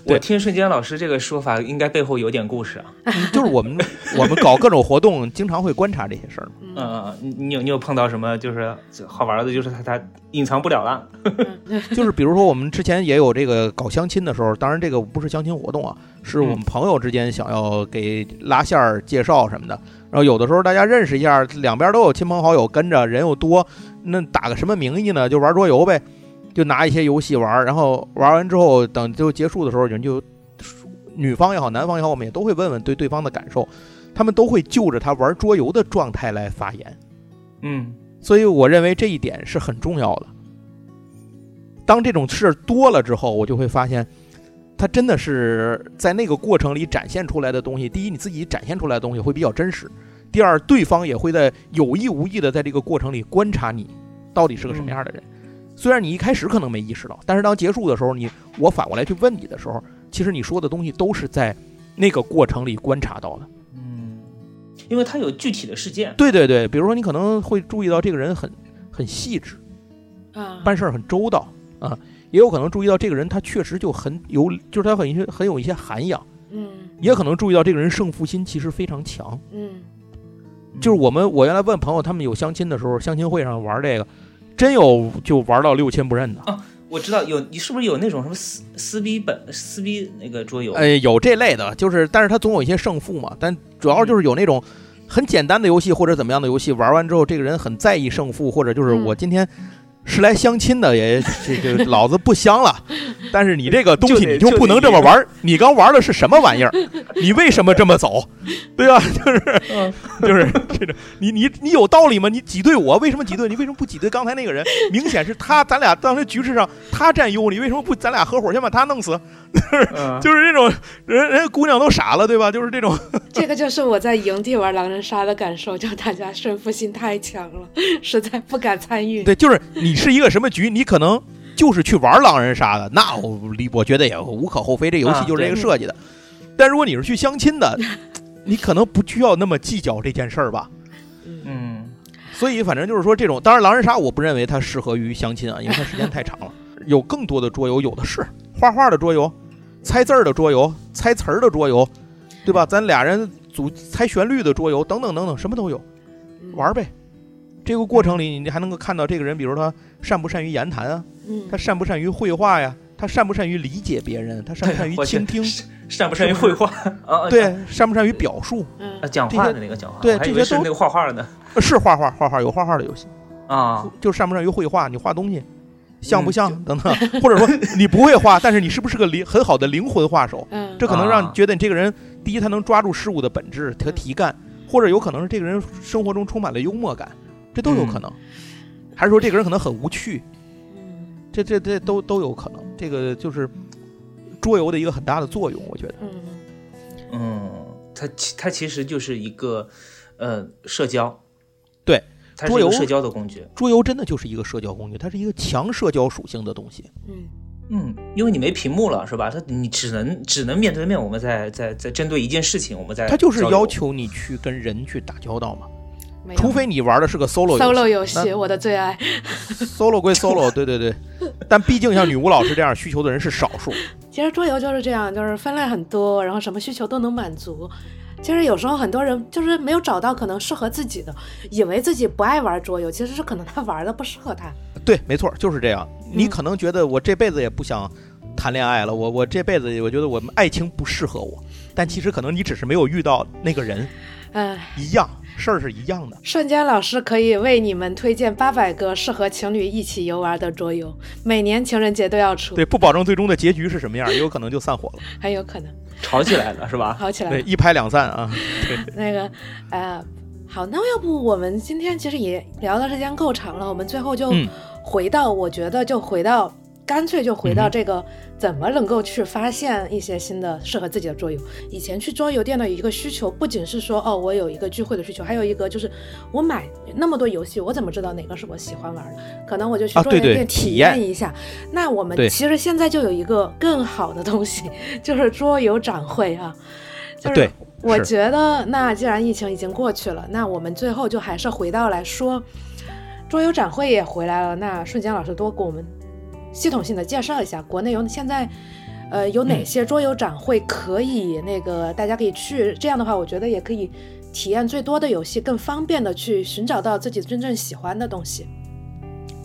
A: 我听瞬间老师这个说法，应该背后有点故事啊。
D: 嗯就是我们我们搞各种活动，经常会观察这些事儿嘛。
A: 嗯嗯，嗯你你有你有碰到什么就是好玩的，就是他他隐藏不了了。
C: 嗯
D: 就是比如说我们之前也有这个搞相亲的时候，当然这个不是相亲活动啊，是我们朋友之间想要给拉线儿介绍什么的，然后有的时候大家认识一下，两边都有亲朋好友跟着，人又多，那打个什么名义呢？就玩桌游呗，就拿一些游戏玩，然后玩完之后，等就结束的时候，人就女方也好，男方也好，我们也都会问问对对方的感受，他们都会就着他玩桌游的状态来发言，
A: 嗯
D: 所以我认为这一点是很重要的。当这种事儿多了之后，我就会发现，它真的是在那个过程里展现出来的东西。第一，你自己展现出来的东西会比较真实；第二，对方也会在有意无意的在这个过程里观察你到底是个什么样的人。虽然你一开始可能没意识到，但是当结束的时候，你我反过来去问你的时候，其实你说的东西都是在那个过程里观察到的。
A: 嗯，因为它有具体的事件，
D: 对对对，比如说你可能会注意到这个人很很细致，
C: 啊，
D: 办事儿很周到啊，也有可能注意到这个人他确实就很有，就是他很一些很有一些涵养，
C: 嗯
D: 也可能注意到这个人胜负心其实非常强。
C: 嗯
D: 就是我们我原来问朋友，他们有相亲的时候，相亲会上玩这个，真有就玩到六亲不认的。
A: 我知道有你是不是有那种什么撕撕逼本撕逼那个桌游？
D: 呃，有这类的，就是但是他总有一些胜负嘛，但主要就是有那种。很简单的游戏或者怎么样的游戏，玩完之后这个人很在意胜负，或者就是
C: 嗯
D: 我今天是来相亲的，也这这老子不 相了。但是你这个东
A: 就
D: 西
A: 得
D: 你就
A: 就
D: 不
A: 得
D: 能这么玩儿，你刚玩的是什么玩意儿？你为什么这么走？对吧？
A: 嗯
D: 就是这种，你你你有道理吗？你挤兑我，为什么挤兑？你为什么不挤兑刚才那个人？明显是他，咱俩当时局势上他占优，你为什么不咱俩合伙先把他弄死？
A: 嗯
D: 就是这种人，人家姑娘都傻了，对吧？就是这种，
C: 这个就是我在营地玩狼人杀的感受，就大家胜负心太强了， 实在不敢参与。
D: 对，就是你是一个什么局，你可能就是去玩狼人杀的，那我理我觉得也无可厚非，这游戏
A: 啊
D: 就是这个
C: 对
D: 设计的。但如果你是去相亲的， 你可能不需要那么计较这件事儿吧。
C: 嗯
A: 嗯
D: 所以反正就是说，这种当然狼人杀我不认为它适合于相亲啊，因 为它时间太长了。有更多的桌游有的是，画画的桌游，猜字儿的桌游，猜词儿的桌游，对吧？咱俩人组猜旋律的桌游，等等等等，什么都有。
C: 嗯
D: 玩儿呗。这个过程里，你还能够看到这个人，比如他善不善于言谈啊，
C: 嗯
D: 他善不善于绘画呀，他善不善于理解别人，他善不善于
A: 我去
D: 倾听，
A: 哎善不善于绘画啊？啊，
D: 对，善不善于表述，
C: 嗯
A: 啊讲话的那个讲话，
D: 对
A: 我还以
D: 这些
A: 为是
D: 都
A: 那个画画的呢
D: 呃是画画，画画有画画的游戏，
A: 啊。
D: 就是善不善于绘画，你画东西。像不
A: 嗯
D: 像等等，或者说你不会画，但是你是不是个灵很好的灵魂画手？
C: 嗯，
D: 这可能让你
A: 啊嗯
D: 觉得你这个人，第一他能抓住事物的本质和题干，或者有可能是这个人生活中充满了幽默感，这都
A: 嗯
D: 有可能。还是说这个人可能很无趣，
C: 嗯
D: 这这这都都有可能。这个就是桌游的一个很大的作用，我觉得。
C: 嗯
A: 嗯，它其它其实就是一个呃社交，
D: 对，
A: 它是
D: 桌
A: 一
D: 游
A: 个社交的工具。
D: 桌游真的就是一个社交工具，它是一个强社交属性的东西。
C: 嗯
A: 嗯，因为你没屏幕了，是吧？它你只能只能面对面，我们在在在针对一件事情，我们在
D: 它就是
A: 哎交流
D: 要求你去跟人去打交道嘛，
C: 没有
D: 除非你玩的是个 solo 游戏
C: solo 游戏，
D: 那
C: 我的最爱。
D: solo 归 solo，对对对。但毕竟像女巫老师这样需求的人是少数。
C: 其实桌游就是这样，就是分类很多，然后什么需求都能满足。其实有时候很多人就是没有找到可能适合自己的，以为自己不爱玩桌游，其实是可能他玩的不适合他。
D: 对，没错，就是这样。你
C: 嗯
D: 可能觉得我这辈子也不想谈恋爱了，我我这辈子我觉得我们爱情不适合我，但其实可能你只是没有遇到那个人，
C: 嗯，
D: 一样事儿是一样的。
C: 瞬间老师可以为你们推荐八百个适合情侣一起游玩的桌游，每年情人节都要出，
D: 对，不保证最终的结局是什么样，也有可能就散伙了。
C: 很有可能
A: 吵起来了，是 吧？
C: 好起来
D: 对，。一拍两散啊。
C: 那个，呃，好，那要不我们今天其实也聊的时间够长了，我们最后就
D: 嗯
C: 回到，我觉得就回到，干脆就回
D: 嗯
C: 到
D: 哼
C: 这个怎么能够去发现一些新的适合自己的桌游。以前去桌游店的一个需求，不仅是说哦，我有一个聚会的需求，还有一个就是我买那么多游戏，我怎么知道哪个是我喜欢玩的？可能我就去
D: 啊
C: 桌游
D: 对对
C: 店体
D: 体验
C: 验一下。那我们
D: 对
C: 其实现在就有一个更好的东西， 就是桌游展会啊。就是
D: 对
C: 我
D: 是
C: 觉得，那既然疫情已经过去了，那我们最后就还是回到来说，桌游展会也回来了。那瞬间老师多给我们系统性的介绍一下，国内有现在，呃，有哪些桌游展会可以、呃那个大家可以去？这样的话，我觉得也可以体验最多的游戏，更方便的去寻找到自己真正喜欢的东西。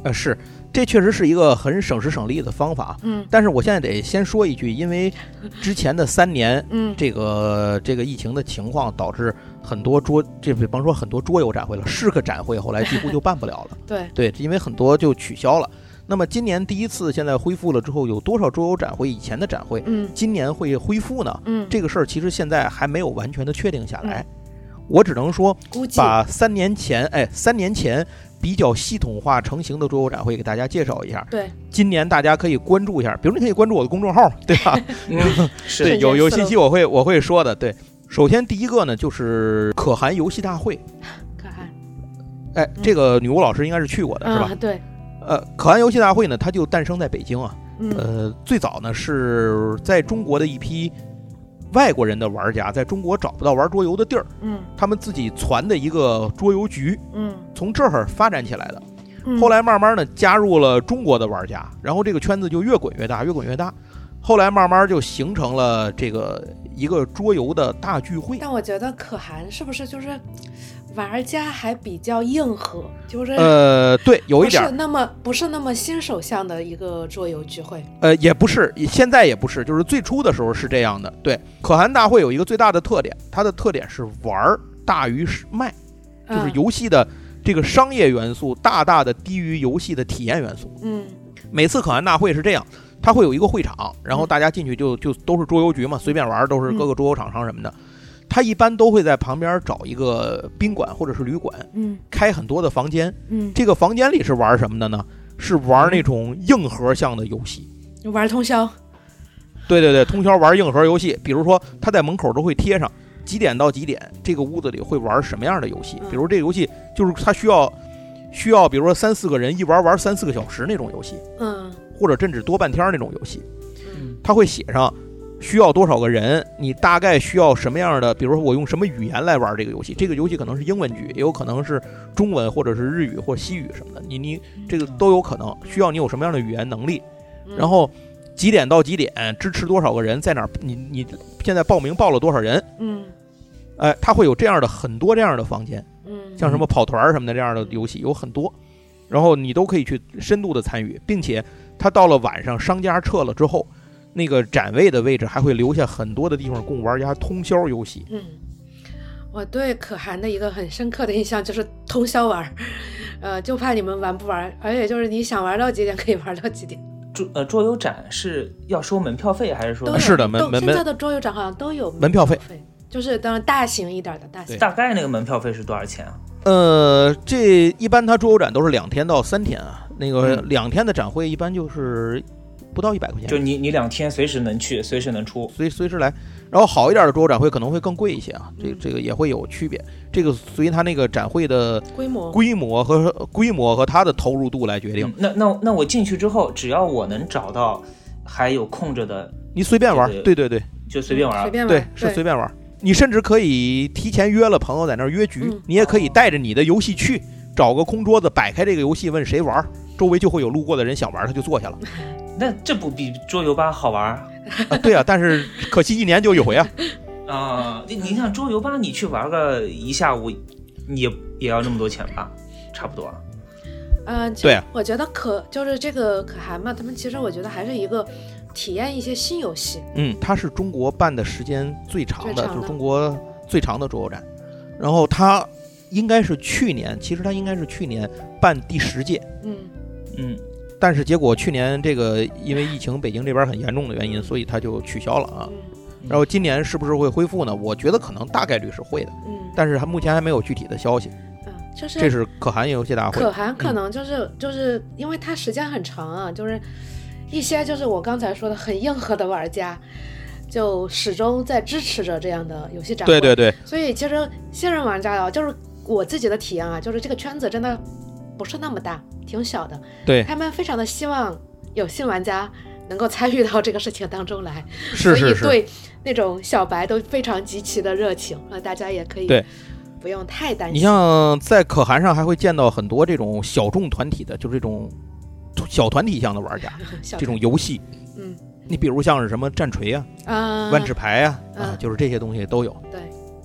D: 呃，是，这确实是一个很省时省力的方法。啊
C: 嗯
D: 但是我现在得先说一句，因为之前的三年
C: 嗯，
D: 这个这个疫情的情况，导致很多桌这比方说很多桌游展会了，是个展会后来几乎就办 不了了。
C: 对，
D: 对，因为很多就取消了。那么今年第一次现在恢复了之后，有多少桌游展会以前的展会，
C: 嗯
D: 今年会恢复呢？
C: 嗯，
D: 这个事儿其实现在还没有完全的确定下来。我只能说，
C: 估计
D: 把三年前，哎，三年前比较系统化成型的桌游展会给大家介绍一下。
C: 对，
D: 今年大家可以关注一下，比如你可以关注我的公众号，对吧？
A: 嗯，是
D: 对，
C: 瞬间
D: 有有
C: 四个
D: 信息我会我会说的。对，首先第一个呢就是可汗游戏大会，
C: 可汗
D: 哎，这个女巫老师应该是去过的，是吧？
C: 啊，对，
D: 呃，可汗游戏大会呢，它就诞生在北京啊。
C: 嗯
D: 呃，最早呢是在中国的一批外国人的玩家在中国找不到玩桌游的地儿，
C: 嗯
D: 他们自己攒的一个桌游局，
C: 嗯
D: 从这儿发展起来的。
C: 嗯，
D: 后来慢慢的加入了中国的玩家，然后这个圈子就越滚越大，越滚越大。后来慢慢就形成了这个一个桌游的大聚会。
C: 但我觉得可汗是不是就是玩家还比较硬核，就是
D: 呃，对，有一点
C: 不
D: 儿
C: 是，那么不是那么新手向的一个桌游聚会。
D: 呃，也不是，现在也不是，就是最初的时候是这样的。对，可汗大会有一个最大的特点，它的特点是玩儿大于是卖。就是
C: 嗯
D: 游戏的这个商业元素大大的低于游戏的体验元素。
C: 嗯
D: 每次可汗大会是这样，它会有一个会场，然后
C: 嗯
D: 大家进去就就都是桌游局嘛，随便玩都是
C: 嗯
D: 各个桌游厂商什么的。他一般都会在旁边找一个宾馆或者是旅馆，
C: 嗯
D: 开很多的房间。
C: 嗯
D: 这个房间里是玩什么的呢？是玩那种硬核向的游戏。
C: 嗯，玩通宵。
D: 对对对，通宵玩硬核游戏，比如说他在门口都会贴上几点到几点，这个屋子里会玩什么样的游戏
C: 嗯，
D: 比如这个游戏就是他需要需要，比如说三四个人一玩玩三四个小时那种游戏，
C: 嗯
D: 或者甚至多半天儿那种游戏，
A: 嗯
D: 他会写上。需要多少个人？你大概需要什么样的？比如说，我用什么语言来玩这个游戏？这个游戏可能是英文局，也有可能是中文，或者是日语或西语什么的。你你这个都有可能，需要你有什么样的语言能力？
C: 嗯
D: 然后几点到几点支持多少个人，在哪儿？你你现在报名报了多少人？
C: 嗯
D: 哎，他会有这样的很多这样的房间，
C: 嗯，
D: 像什么跑团儿什么的这样的游戏有很多，然后你都可以去深度的参与，并且他到了晚上商家撤了之后，那个展位的位置还会留下很多的地方供玩家通宵游戏。
C: 嗯，我对可汗的一个很深刻的印象就是通宵玩儿，呃，就怕你们玩不玩，而且就是你想玩到几点可以玩到几点。
A: 桌呃桌游展是要收门票费还是
C: 都
A: 说
C: 有
D: 嗯是的门
C: 都
D: 门
C: 现在的桌游展好像都有
D: 门票费
C: 费，就是当然大型一点的大型。
A: 大概那个门票费是多少钱啊？
D: 呃，这一般他桌游展都是两天到三天啊，那个
A: 嗯
D: 两天的展会一般就是不到一百块钱，
A: 就你你两天随时能去，随时能出。
D: 随随时来。然后好一点的桌游展会可能会更贵一些啊，这
C: 嗯
D: 这个也会有区别，这个随它那个展会的
C: 规模，
D: 规模和规模和它的投入度来决定。
A: 嗯那那那我进去之后，只要我能找到还有空着的，
D: 你随便玩，
A: 对
D: 对对对
A: 就随便玩
C: 随
A: 儿。
C: 便玩
D: 对
C: 儿，，
D: 是随便玩。你甚至可以提前约了朋友在那儿约局
C: 嗯，
D: 你也可以带着你的游戏去，找个空桌子摆开这个游戏，问谁玩儿，周围就会有路过的人想玩儿，他就坐下了。
A: 那这不比桌游吧好玩儿
D: 啊对啊，但是可惜一年就一回啊。
A: 啊？你你像桌游吧，你去玩个一下午，你也也要那么多钱吧？差不多啊。
C: 嗯，其
D: 对
C: 实
D: 啊
C: 我觉得可就是这个可汗嘛，他们其实我觉得还是一个体验一些新游戏。
D: 嗯，它是中国办的时间最长的，
C: 最长的
D: 就是中国最长的桌游展。然后它应该是去年，其实它应该是去年办第十届，
C: 嗯
A: 嗯，
D: 但是结果去年这个因为疫情，北京这边很严重的原因，所以它就取消了啊。
C: 嗯
D: 然后今年是不是会恢复呢？我觉得可能大概率是会的，
C: 嗯
D: 但是还目前还没有具体的消息。
C: 嗯，就
D: 这
C: 是
D: 是可汗游戏大会
C: 可，汗可能就是就是因为它时间很长
D: 嗯
C: 啊，就是一些就是我刚才说的很硬核的玩家。就始终在支持着这样的游戏展
D: 对
C: 会，
D: 对对，
C: 所以其实新人玩家啊，就是我自己的体验啊，就是这个圈子真的不是那么大，挺小的。
D: 对
C: 他们非常的希望有新玩家能够参与到这个事情当中来，
D: 是是
C: 所
D: 是，
C: 以对那种小白都非常极其的热情，那大家也可以
D: 对
C: 不用太担心。
D: 你像在可汗上还会见到很多这种小众团体的，就是这种小团体向的玩家，
C: 小
D: 这种游戏，
C: 嗯，
D: 你比如像是什么战锤啊、
C: 啊，
D: 万智牌啊，啊，
C: 嗯
D: 就是这些东西都有。
C: 对，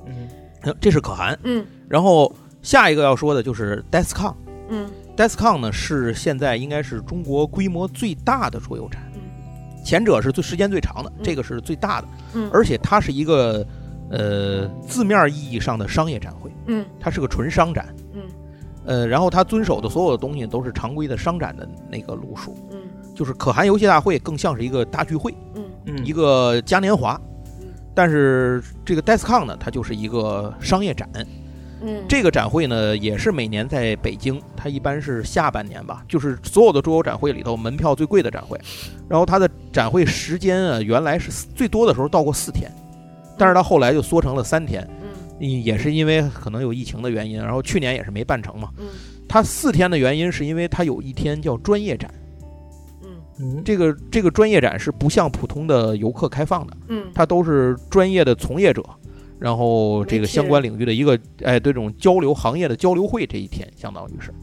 A: 嗯
D: 这是可汗。
C: 嗯
D: 然后下一个要说的就是 DESCON。
C: 嗯
D: DESCON 呢是现在应该是中国规模最大的桌游展，前者是最时间最长的，这个是最大的，
C: 嗯
D: 而且它是一个呃字面意义上的商业展会，
C: 嗯
D: 它是个纯商展，
C: 嗯
D: 呃，然后它遵守的所有的东西都是常规的商展的那个路数，
C: 嗯
D: 就是可汗游戏大会更像是一个大聚会，
C: 嗯
A: 嗯，
D: 一个嘉年华
C: 嗯，
D: 但是这个 DESCON 呢，它就是一个商业展，
C: 嗯，
D: 这个展会呢，也是每年在北京，它一般是下半年吧，就是所有的桌游展会里头门票最贵的展会。然后它的展会时间啊，原来是四最多的时候到过四天，但是到后来就缩成了三天，
C: 嗯
D: 嗯也是因为可能有疫情的原因。然后去年也是没办成嘛。
C: 嗯
D: 它四天的原因是因为它有一天叫专业展，
C: 嗯
A: 嗯
D: 这个这个专业展是不向普通的游客开放的，
C: 嗯
D: 它都是专业的从业者，然后这个
C: 媒体
D: 相关领域的一个哎，对这种交流行业的交流会这一天，相当于是。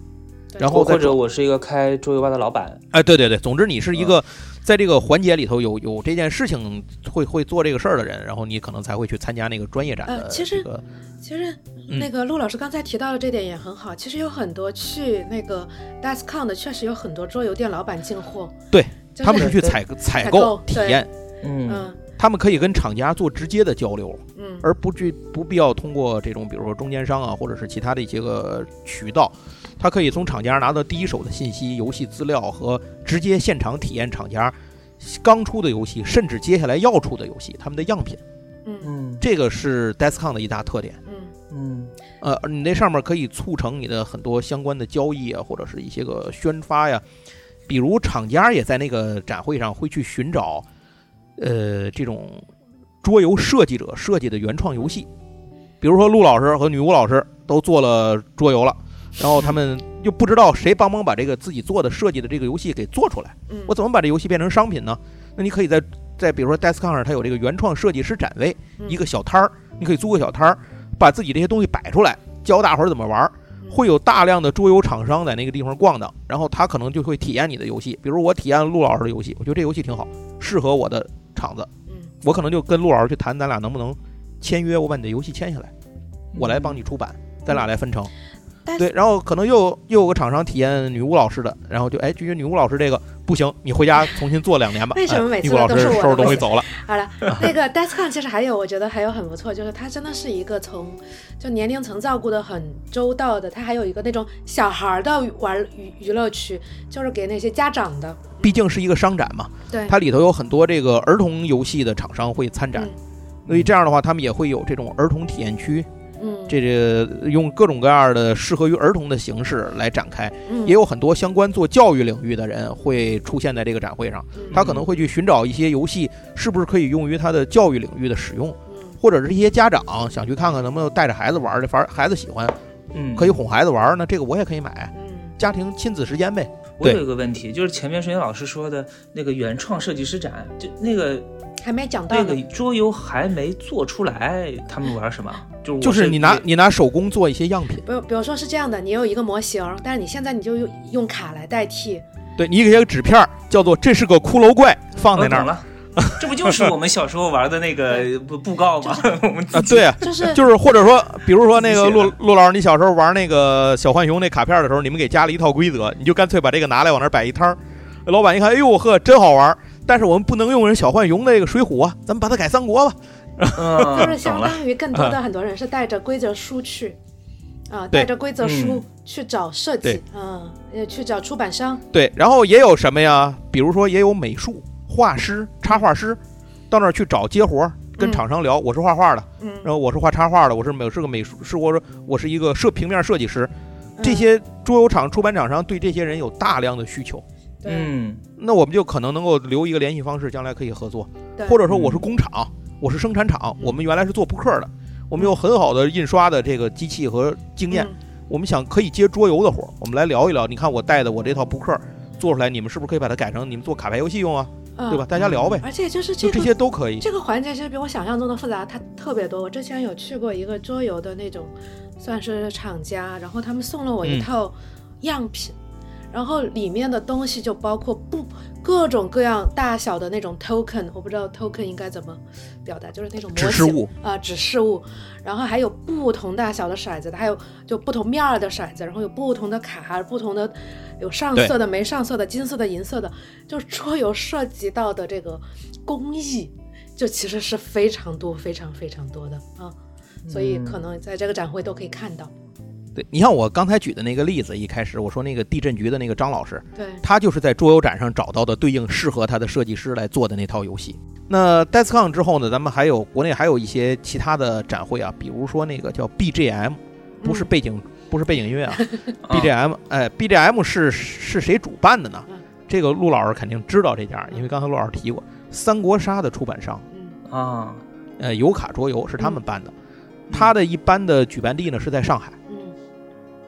D: 然后
A: 或
D: 再
A: 者
D: 说
A: 我是一个开桌游吧的老板，
D: 哎，对对对，总之你是一个在这个环节里头有有这件事情会会做这个事儿的人，然后你可能才会去参加那个专业展
C: 呃
D: 的
C: 其
D: 这
C: 实
D: 个。
C: 其实
D: 嗯
C: 那个陆老师刚才提到的这点也很好，其实有很多去那个 DESCON 的，确实有很多桌游店老板进货，
D: 对
C: 就是，
D: 他们是去
A: 对
D: 采购采
C: 采
D: 购
C: 购
D: 体
C: 对
D: 验，
A: 嗯
C: 嗯
D: 他们可以跟厂家做直接的交流，
C: 嗯
D: 而不去不必要通过这种比如说中间商啊，或者是其他的一些个渠道，他可以从厂家拿到第一手的信息、游戏资料和直接现场体验厂家刚出的游戏，甚至接下来要出的游戏他们的样品。
C: 嗯
A: 嗯
D: 这个是 DESCON 的一大特点。
C: 嗯
A: 嗯
D: 呃，你那上面可以促成你的很多相关的交易啊，或者是一些个宣发呀，比如厂家也在那个展会上会去寻找，呃，这种桌游设计者设计的原创游戏，比如说陆老师和女巫老师都做了桌游了，然后他们又不知道谁帮忙把这个自己做的设计的这个游戏给做出来。
C: 嗯，
D: 我怎么把这游戏变成商品呢？那你可以在在比如说 Descon 上，它有这个原创设计师展位，
C: 嗯
D: 一个小摊儿，你可以租个小摊儿，把自己这些东西摆出来，教大伙儿怎么玩儿。
C: 嗯
D: 会有大量的桌游厂商在那个地方逛荡，然后他可能就会体验你的游戏，比如我体验陆老师的游戏，我觉得这游戏挺好，适合我的厂子，
C: 嗯
D: 我可能就跟陆老师去谈，咱俩能不能签约，我把你的游戏签下来，我来帮你出版，咱俩来分成。
C: 嗯但
D: 对，然后可能又又有个厂商体验女巫老师的，然后就哎，觉得女巫老师这个不行，你回家重新做两年吧。
C: 为什么
D: 哎
C: 每次
D: 女巫老
C: 都
D: 师
C: 是我的
D: 收拾
C: 不
D: 东西
C: 行
D: 走了？
C: 好 了，那个 Descon 其实还有，我觉得还有很不错，就是它真的是一个从就年龄层照顾的很周到的，它还有一个那种小孩儿的玩娱娱乐区，就是给那些家长的。
D: 毕竟是一个商展嘛，
C: 对，
D: 它里头有很多这个儿童游戏的厂商会参展
C: 嗯，
D: 所以这样的话，他们也会有这种儿童体验区，
C: 嗯，
D: 这个用各种各样的适合于儿童的形式来展开，
C: 嗯
D: 也有很多相关做教育领域的人会出现在这个展会上，
C: 嗯
D: 他可能会去寻找一些游戏是不是可以用于他的教育领域的使用。
C: 嗯
D: 或者是一些家长想去看看能不能带着孩子玩儿，这反正孩子喜欢，
A: 嗯，
D: 可以哄孩子玩儿，那这个我也可以买，
C: 嗯
D: 家庭亲子时间呗。
A: 我
D: 对
A: 有一个问题，就是前面孙岩老师说的那个原创设计师展，就那个
C: 还没讲到
A: 那个。
C: 呢
A: 桌游还没做出来，他们玩什么？就是我
D: 就是你拿
A: 对
D: 你拿手工做一些样品，
C: 比如比如说是这样的，你有一个模型，但是你现在你就用用卡来代替，
D: 对你给一个纸片儿，叫做这是个骷髅怪，放在那
A: 哦
D: 儿
A: 懂了，这不就是我们小时候玩的那个布布告吗？我们
D: 啊，对 啊，
C: 就是
D: 就是或者说，比如说那
A: 自
D: 个
A: 己写
D: 陆
A: 的
D: 陆老师，你小时候玩那个小浣熊那卡片儿的时候，你们给加了一套规则，你就干脆把这个拿来往那儿摆一摊儿，老板一看，哎呦呵，真好玩儿，但是我们不能用人小浣熊的这个水浒啊，咱们把它改三国吧。
A: 嗯，
C: 就是
A: 懂
C: 相
A: 了，
C: 当于更多
D: 啊
C: 的很多人是带着规则书去，啊，带着规则书去找设计
D: 嗯对，
C: 嗯，也去找出版商，
D: 对，然后也有什么呀？比如说也有美术、画师、插画师，到那儿去找接活儿，跟
C: 嗯
D: 厂商聊，我是画画的，
C: 嗯，
D: 然后我是画插画的，我是美是个美术，是我我是一个设平面设计师。这
C: 嗯
D: 些桌游厂、出版厂商对这些人有大量的需求，
C: 对
A: 嗯
D: 那我们就可能能够留一个联系方式，将来可以合作
C: 对。
D: 或者说我是工厂，我是生产厂，我们原来是做扑克的，我们有很好的印刷的这个机器和经验，
C: 嗯
D: 我们想可以接桌游的活儿，我们来聊一聊。你看我带的我这套扑克做出来，你们是不是可以把它改成你们做卡牌游戏用啊？
C: 嗯
D: 对吧？大家聊呗，
C: 而且就是这
D: 就
C: 个
D: 这些都可以。
C: 这个环节其实比我想象中的复杂，它特别多。我之前有去过一个桌游的那种，算是厂家，然后他们送了我一
D: 嗯
C: 套样品，然后里面的东西就包括不各种各样大小的那种 token，我不知道 token 应该怎么表达，就是那种模型
D: 指示物
C: 啊、指示物，然后还有不同大小的骰子，还有就不同面儿的骰子，然后有不同的卡，不同的有上色的、没上色的、金色的、银色的，就是桌游涉及到的这个工艺，就其实是非常多、非常非常多的啊，
D: 嗯
C: 所以可能在这个展会都可以看到。
D: 对你像我刚才举的那个例子，一开始我说那个地震局的那个张老师，
C: 对，
D: 他就是在桌游展上找到的对应适合他的设计师来做的那套游戏。那 Descon 之后呢，咱们还有国内还有一些其他的展会啊，比如说那个叫 BGM，不是
C: 嗯
D: 背景、不是背景音乐啊
A: 啊
D: ，BGM，哎，BGM 是是谁主办的呢
C: 嗯？
D: 这个陆老师肯定知道这家，因为刚才陆老师提过，三国杀的出版商，
C: 嗯
A: 啊，
D: 呃，游卡桌游是他们办的，他的一般的举办地呢是在上海。
C: 嗯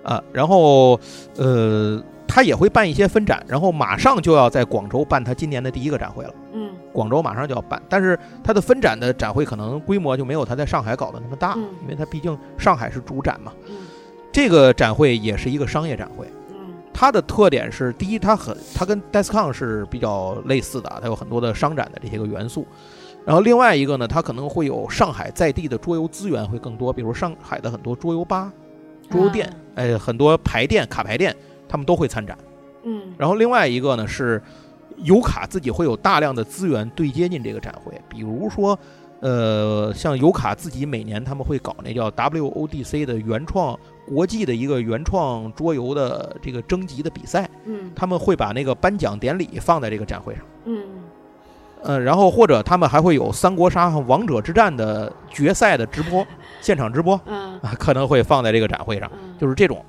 D: 啊，然后呃，他也会办一些分展，然后马上就要在广州办他今年的第一个展会了。
C: 嗯
D: 广州马上就要办，但是它的分展的展会可能规模就没有他在上海搞的那么大，
C: 嗯
D: 因为它毕竟上海是主展嘛。
C: 嗯
D: 这个展会也是一个商业展会，
C: 嗯
D: 它的特点是，第一，它很，它跟 Descon 是比较类似的啊，它有很多的商展的这些个元素。然后另外一个呢，它可能会有上海在地的桌游资源会更多，比如上海的很多桌游吧、桌游店
C: 啊，
D: 哎，很多牌店、卡牌店，他们都会参展。
C: 嗯
D: 然后另外一个呢是，油卡自己会有大量的资源对接进这个展会，比如说，呃，像油卡自己每年他们会搞那叫 WODC 的原创国际的一个原创桌游的这个征集的比赛，
C: 嗯
D: 他们会把那个颁奖典礼放在这个展会上。
C: 嗯
D: 呃，然后或者他们还会有三国杀和王者之战的决赛的直播，现场直播
C: 啊
D: 啊，可能会放在这个展会上，
C: 啊
D: 就是这种，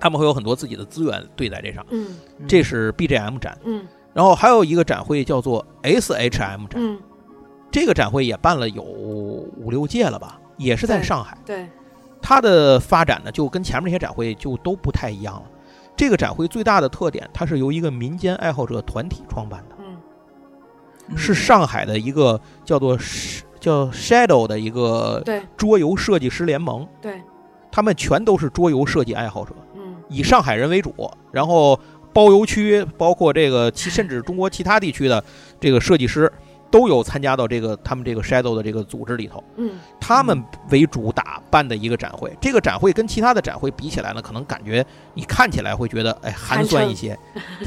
D: 他们会有很多自己的资源对在这上，
C: 嗯
D: 这是 BGM 展。
C: 嗯
D: 然后还有一个展会叫做 SHM 展，
C: 嗯
D: 这个展会也办了有五六届了吧，也是在
C: 对
D: 上海。
C: 对
D: 它的发展呢，就跟前面那些展会就都不太一样了。这个展会最大的特点，它是由一个民间爱好者团体创办的，
C: 嗯
A: 嗯
D: 是上海的一个叫做叫 Shadow 的一个
C: 对
D: 桌游设计师联盟，
C: 对
D: 他们全都是桌游设计爱好者。
C: 嗯
D: 以上海人为主，然后包邮区包括这个其甚至中国其他地区的这个设计师都有参加到这个他们这个 Shadow 的这个组织里头，
C: 嗯
D: 他们为主打办的一个展会。这个展会跟其他的展会比起来呢，可能感觉你看起来会觉得哎寒酸一些，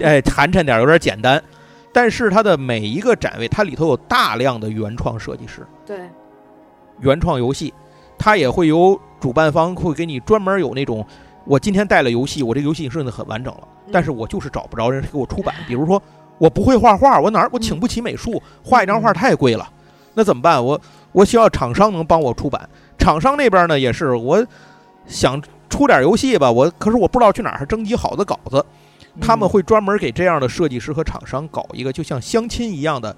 D: 哎寒碜点儿，有点简单。但是它的每一个展位，它里头有大量的原创设计师，
C: 对
D: 原创游戏，它也会由主办方会给你专门有那种，我今天带了游戏，我这个游戏弄得很完整了，但是我就是找不着人给我出版。比如说我不会画画，我哪儿我请不起美术，画一张画太贵了，那怎么办？我我需要厂商能帮我出版，厂商那边呢也是我想。出点游戏吧，我可是我不知道去哪儿征集好的稿子，
A: 嗯
D: 他们会专门给这样的设计师和厂商搞一个就像相亲一样的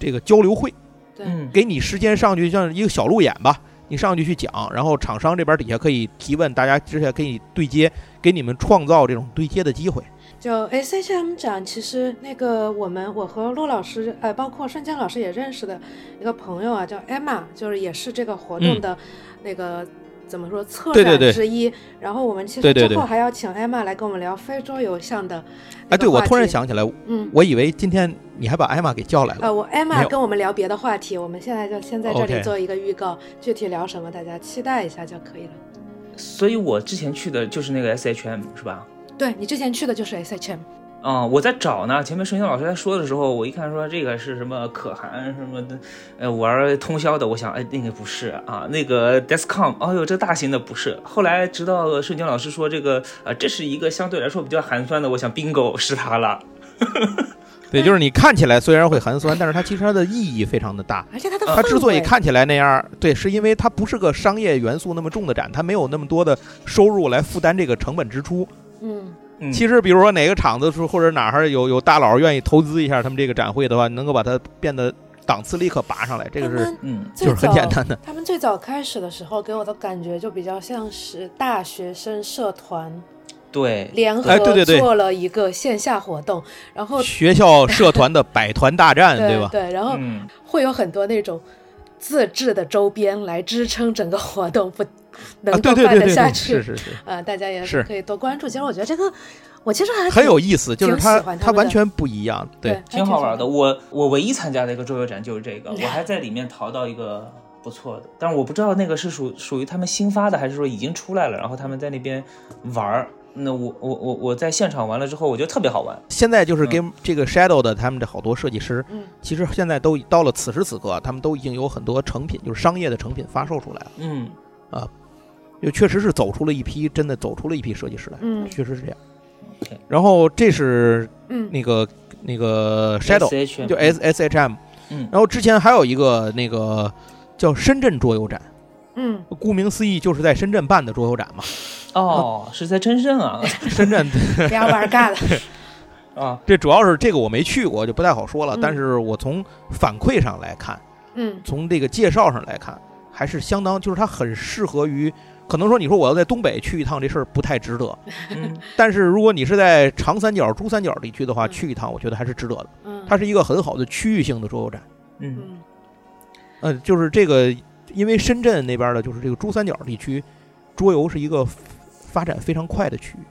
D: 这个交流会。
C: 对
A: 嗯
D: 给你时间上去，像一个小路演吧，你上去去讲，然后厂商这边底下可以提问，大家之下可以对接，给你们创造这种对接的机会。
C: 就哎 S H M 展，其实那个我们我和陆老师，呃，包括瞬间老师也认识的一个朋友啊，叫 Emma，就是也是这个活动的那个、怎么说策
D: 嗯对对对
C: 展之一。然后我们其
D: 对
C: 实
D: 对
C: 之
D: 对
C: 后还要请 Emma 来跟我们聊非桌游项的。
D: 哎，对，我突然，想起来，
C: 嗯，
D: 我以为今天你还把艾玛给叫来了。
C: 呃，我
D: 没
C: Emma
D: 有
C: 跟我们聊别的话题，我们现在就先在这里
D: OK
C: 做一个预告具体聊什么大家期待一下就可以了。
A: 所以我之前去的就是那个 SHM 是吧？
C: 对你之前去的就是 S H M，
A: 啊、我在找呢。前面盛轩老师在说的时候，我一看说这个是什么可汗什么的，呃，玩通宵的，我想，哎，那个不是啊，那个 Descom，哦呦，这大型的不是。后来直到盛轩老师说这个，呃，这是一个相对来说比较寒酸的，我想 bingo 是它了。
D: 对，就是你看起来虽然会寒酸，但是它其实它的意义非常的大。
C: 而且它的氛围、
D: 啊它之所以看起来那样，对，是因为它不是个商业元素那么重的展，它没有那么多的收入来负担这个成本支出。
C: 嗯
A: 嗯
D: 其实，比如说哪个厂子说，或者哪儿有有大佬愿意投资一下他们这个展会的话，能够把它变得档次立刻拔上来，这个
C: 他
D: 是
C: 们
A: 嗯
D: 就
C: 最
D: 是很
C: 早
D: 简单的。
C: 他们最早开始的时候给我的感觉就比较像是大学生社团
A: 对，
C: 联
D: 哎
C: 合
D: 对对对
C: 做了一个线下活动，然后
D: 学校社团的百团大战，对吧？
C: 对，然后
A: 嗯，
C: 会有很多那种自制的周边来支撑整个活动，不
D: 啊，
C: 能
D: 对
C: 够
D: 对
C: 办
D: 对
C: 得
D: 对
C: 下
D: 对，
C: 去
D: 是。是是，
C: 啊、大家也
D: 是
C: 可以多关注。其实我觉得这个我其实还
D: 很
C: 挺
D: 有意思，就是
C: 挺
D: 它
C: 喜欢他
D: 它
C: 们
D: 完
C: 的
D: 全不一样。
C: 对，
D: 对，
C: 还
A: 挺好玩
C: 爽
A: 的。我我唯一参加的一个桌游展就是这个，我还在里面淘到一个不错的，但是我不知道那个是属属于他们新发的，还是说已经出来了，然后他们在那边玩儿。那我我我我在现场玩了之后，我觉得特别好玩。
D: 现在就是
A: 嗯
D: game 这个 Shadow 的他们的好多设计师，
C: 嗯
D: 其实现在都已到了此时此刻，他们都已经有很多成品，就是商业的成品发售出来了，
A: 嗯，
D: 就确实是走出了一批真的走出了一批设计师来，
C: 嗯
D: 确实是这样
A: OK。
D: 然后这是
C: 嗯，
D: 那个那个 Shadow，
A: SHM
D: 就 S S H M，
A: 嗯
D: 然后之前还有一个那个叫深圳桌游展，
C: 嗯，
D: 顾名思义就是在深圳办的桌游展嘛。
A: 哦，是在深圳啊
D: 深圳
C: 不要玩尬了。
A: 啊，
D: 这主要是这个我没去过，就不太好说了
C: 嗯。
D: 但是我从反馈上来看，
C: 嗯
D: 从这个介绍上来看，还是相当，就是它很适合于。可能说你说我要在东北去一趟这事儿不太 值得，
A: 嗯
D: 但是如果你是在长三角、珠三角地区的话，
C: 嗯
D: 去一趟我觉得还是值得的。
C: 嗯，
D: 它是一个很好的区域性的桌游展。
A: 嗯
C: 嗯
D: 呃，就是这个，因为深圳那边儿的，就是这个珠三角地区，桌游是一个发发展非常快的区域。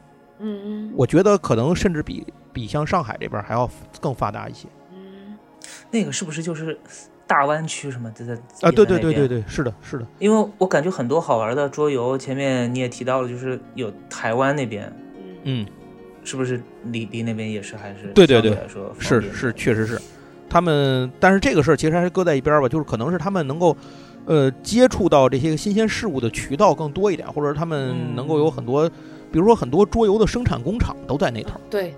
C: 嗯，
D: 我觉得可能甚至比比像上海这边儿还要更发达一些
C: 嗯
A: 那个是不是就是大湾区什么的在
D: 啊！对对对对
A: 对，
D: 对，是的，是的，
A: 因为我感觉很多好玩的桌游，前面你也提到了，就是有台湾那边，
C: 嗯
D: 嗯，
A: 是不是离离那边也是还是
D: 对对对
A: 相来说方便
D: 是
A: 一
D: 是，
A: 点
D: 确实是。他们，但是这个事儿其实还是搁在一边儿吧，就是可能是他们能够，呃，接触到这些新鲜事物的渠道更多一点，或者他们能够
A: 嗯
D: 有很多，比如说很多桌游的生产工厂都在那头儿，
C: 对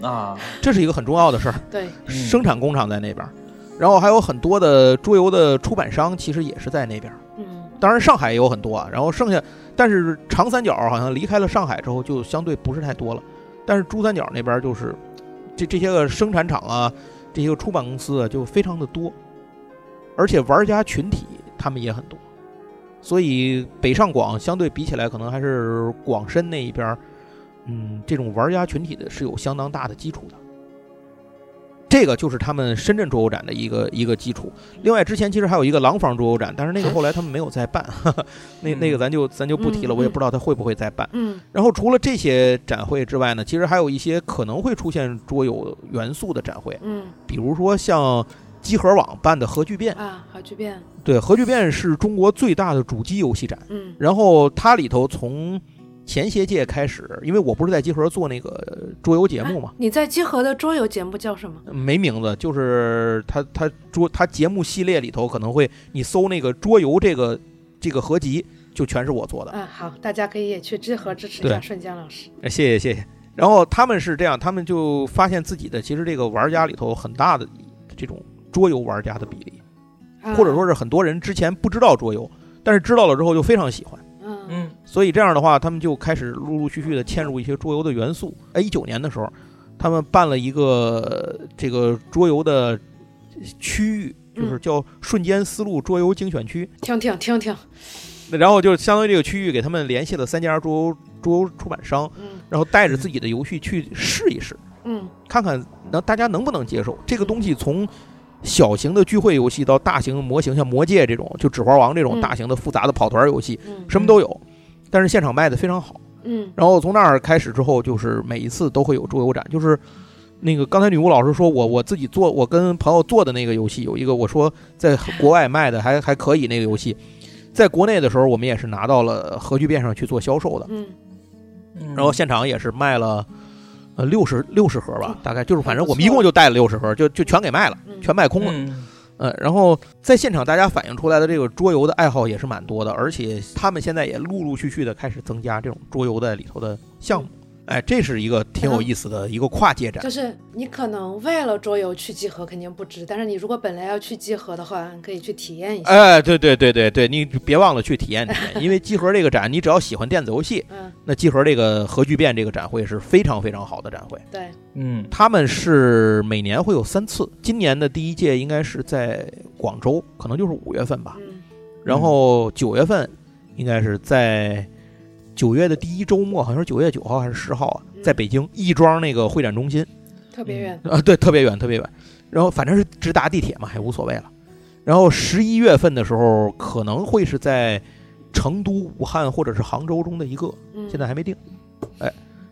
A: 啊，
D: 这是一个很重要的事儿。
C: 对，
A: 嗯
D: 生产工厂在那边儿，然后还有很多的桌游的出版商其实也是在那边儿。
C: 嗯
D: 当然上海也有很多啊，然后剩下，但是长三角好像离开了上海之后就相对不是太多了，但是珠三角那边就是这这些个生产厂啊，这些个出版公司啊就非常的多，而且玩家群体他们也很多，所以北上广相对比起来，可能还是广深那一边儿，嗯，这种玩家群体的是有相当大的基础的。这个就是他们深圳桌游展的一个一个基础。另外，之前其实还有一个廊坊桌游展，但是
C: 哎
D: 那个后来他们没有 再办，哈哈那那个咱就咱就不提了，
C: 嗯
D: 我也不知道他会不会再办。
C: 嗯
D: 然后除了这些展会之外呢，其实还有一些可能会出现桌游元素的展会，
C: 嗯
D: 比如说像集合网办的核聚变，
C: 啊，好巨变，
D: 对，核聚变是中国最大的主机游戏展。
C: 嗯
D: 然后它里头从前些届开始，因为我不是在集合做那个桌游节目嘛
C: 哎，你在集合的桌游节目叫什么？
D: 没名字，就是它它桌它节目系列里头可能会你搜那个桌游这个这个合集，就全是我做的。
C: 啊，好，大家可以也去集合支持一下
D: 对
C: 顺江老师。
D: 哎谢谢谢谢。然后他们是这样，他们就发现自己的其实这个玩家里头很大的这种桌游玩家的比例，
C: 啊
D: 或者说，是很多人之前不知道桌游，但是知道了之后就非常喜欢。
C: 嗯
A: 嗯
D: 所以这样的话，他们就开始陆陆续续的嵌入一些桌游的元素。哎，一九年的时候，他们办了一个呃这个桌游的区域，
C: 嗯
D: 就是叫“瞬间思路桌游精选区
C: 听听听听，”。
D: 然后就相当于这个区域给他们联系了三家桌游桌游出版商，
C: 嗯
D: 然后带着自己的游戏去试一试，
C: 嗯
D: 看看能大家能不能接受这个东西。从小型的聚会游戏到大型模型，像《魔界》这种，就《指环王》这种
C: 嗯
D: 大型的复杂的跑团游戏，
C: 嗯
D: 什么都有，但是现场卖的非常好。
C: 嗯
D: 然后从那儿开始之后，就是每一次都会有桌游展，就是那个刚才女巫老师说我我自己做，我跟朋友做的那个游戏有一个，我说在国外卖的还还可以那个游戏，在国内的时候我们也是拿到了核聚变上去做销售的，
C: 嗯
A: 嗯，
D: 然后现场也是卖了。呃，六十六十盒吧
C: 嗯，
D: 大概就是，反正
C: 还不
D: 我
C: 错
D: 们一共就带了六十盒，就就全给卖了，
C: 嗯，
D: 全卖空了。
A: 嗯
D: 嗯，然后在现场大家反映出来的这个桌游的爱好也是蛮多的，而且他们现在也陆陆续续的开始增加这种桌游在里头的项目。哎，这是一个挺有意思的一个跨界展
C: 就。是你可能为了桌游去集合肯定不值，但是你如果本来要去集合的话，你可以去体验一下。
D: 哎，对对对对对，你别忘了去体验体验，因为集合这个展，你只要喜欢电子游戏，
C: 嗯，
D: 那集合这个核聚变这个展会是非常非常好的展会。
C: 对，
A: 嗯
D: 他们是每年会有三次，今年的第一届应该是在广州，可能就是五月份吧。
C: 嗯
D: 然后九月份应该是在九月的第一周末，好像是九月九号还是十号啊，
C: 嗯
D: 在北京亦庄那个会展中心
C: 特别远。
D: 啊，对，特别远，特别远。然后反正是直达地铁嘛，也无所谓了。然后十一月份的时候，可能会是在成都、武汉或者是杭州中的一个，
C: 嗯，
D: 现在还没定。哎，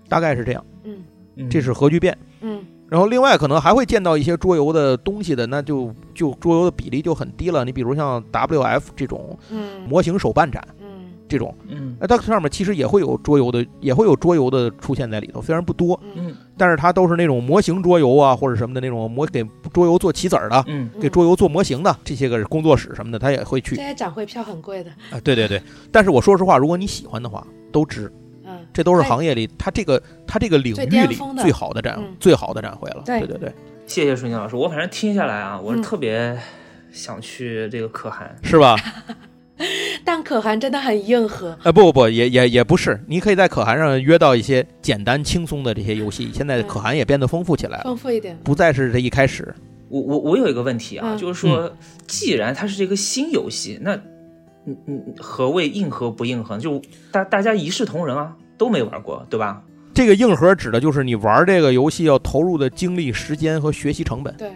D: 大概是这样。
C: 嗯
A: 嗯
D: 这是核聚变。
C: 嗯
D: 然后另外可能还会见到一些桌游的东西的，那就就桌游的比例就很低了。你比如像 WF 这种
C: 嗯
D: 模型手办展
C: 嗯
D: 这种，
A: 嗯
D: 那它上面其实也会有桌游的，也会有桌游的出现在里头，虽然不多，
A: 嗯
D: 但是它都是那种模型桌游啊或者什么的那种模给桌游做棋子儿的，
A: 嗯
D: 给桌游做模型的这些个工作室什么的，他也会
C: 这
D: 去。
C: 些展会票很贵的，
D: 啊，对对对。但是我说实话，如果你喜欢的话，都值。
C: 嗯，
D: 这都是
C: 对
D: 行业里它这个它这个领
C: 最
D: 域
C: 巅
D: 里
C: 峰的
D: 最好的展
C: 嗯
D: 最好的展会了。
C: 对
D: 对对对，
A: 谢谢瞬间老师，我反正听下来啊，我是
C: 嗯
A: 特别想去这个可汗。
D: 是 吧？
C: 但可汗真的很硬核，
D: 呃，不不不，也也也不是，你可以在可汗上约到一些简单轻松的这些游戏。现在
C: 嗯
D: 可汗也变得丰富起来了，
C: 丰富一点，
D: 不再是这一开始。
A: 我我我有一个问题啊，
C: 嗯
A: 就是说，既然它是这个新游戏，那嗯嗯，何谓硬核不硬核呢？就大大家一视同仁啊，都没玩过，对吧？
D: 这个硬核指的就是你玩这个游戏要投入的精力、时间和学习成本。
C: 对，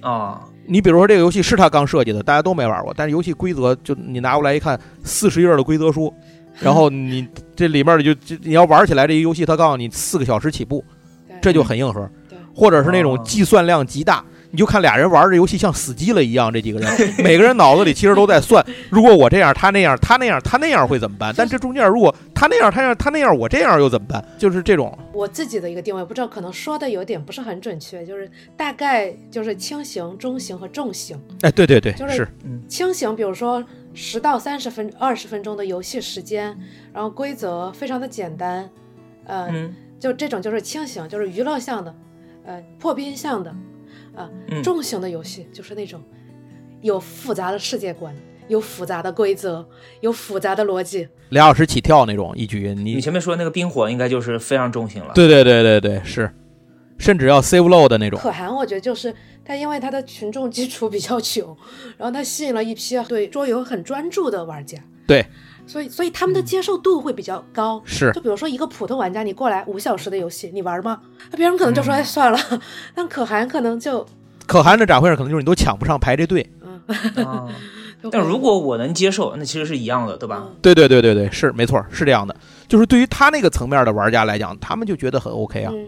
A: 啊、
D: 你比如说这个游戏是他刚设计的，大家都没玩过，但是游戏规则就你拿过来一看，四十页的规则 书，然后你这里面就就你要玩起来这一游戏，他告诉你四个小时起步，
C: 对
D: 这就很硬核
C: 嗯对，
D: 或者是那种
A: 哦
D: 计算量极大。你就看俩人玩这游戏像死机了一样，这几 个人每个人脑子里其实都在算，如果我这样，他那样，他那样，他那样会怎么办？但这中间如果他那样，他那样，他那样，我这样又怎么办？就是这种，
C: 我自己的一个定位，不知道可能说的有点不是很准确，就是大概就是轻型、中型和重型。
D: 哎，对对对，
C: 就是
D: 是，
C: 轻型，比如说十到三十分、二十分钟的游戏时间，然后规则非常的简单，呃，
A: 嗯
C: 就这种就是轻型，就是娱乐向的，呃，破冰向的，啊、
A: 嗯
C: 重型的游戏就是那种有复杂的世界观，有复杂的规则，有复杂的逻辑，
D: 俩小时起跳那种一局，你
A: 你前面说那个冰火应该就是非常重型了。
D: 对对对对对，是，甚至要 save low 的那种。
C: 可汗，我觉得就是它，因为它的群众基础比较穷，然后它吸引了一批对桌游很专注的玩家。
D: 对，
C: 所以所以他们的
A: 嗯
C: 接受度会比较高。
D: 是
C: 就比如说一个普通玩家，你过来五小时的游戏，你玩吗？那别人可能就
A: 嗯
C: 说、哎算了， 但可汗可能就
D: 可汗的展会上可能就是你都抢不上排这队。
C: 嗯。
A: 啊，
C: 就
A: 但
C: 会
A: 如果我能接受，那其实是一样的，对吧？
C: 嗯
D: 对对对对对，是没错，是这样的。就是对于他那个层面的玩家来讲，他们就觉得很 OK 啊。
C: 嗯，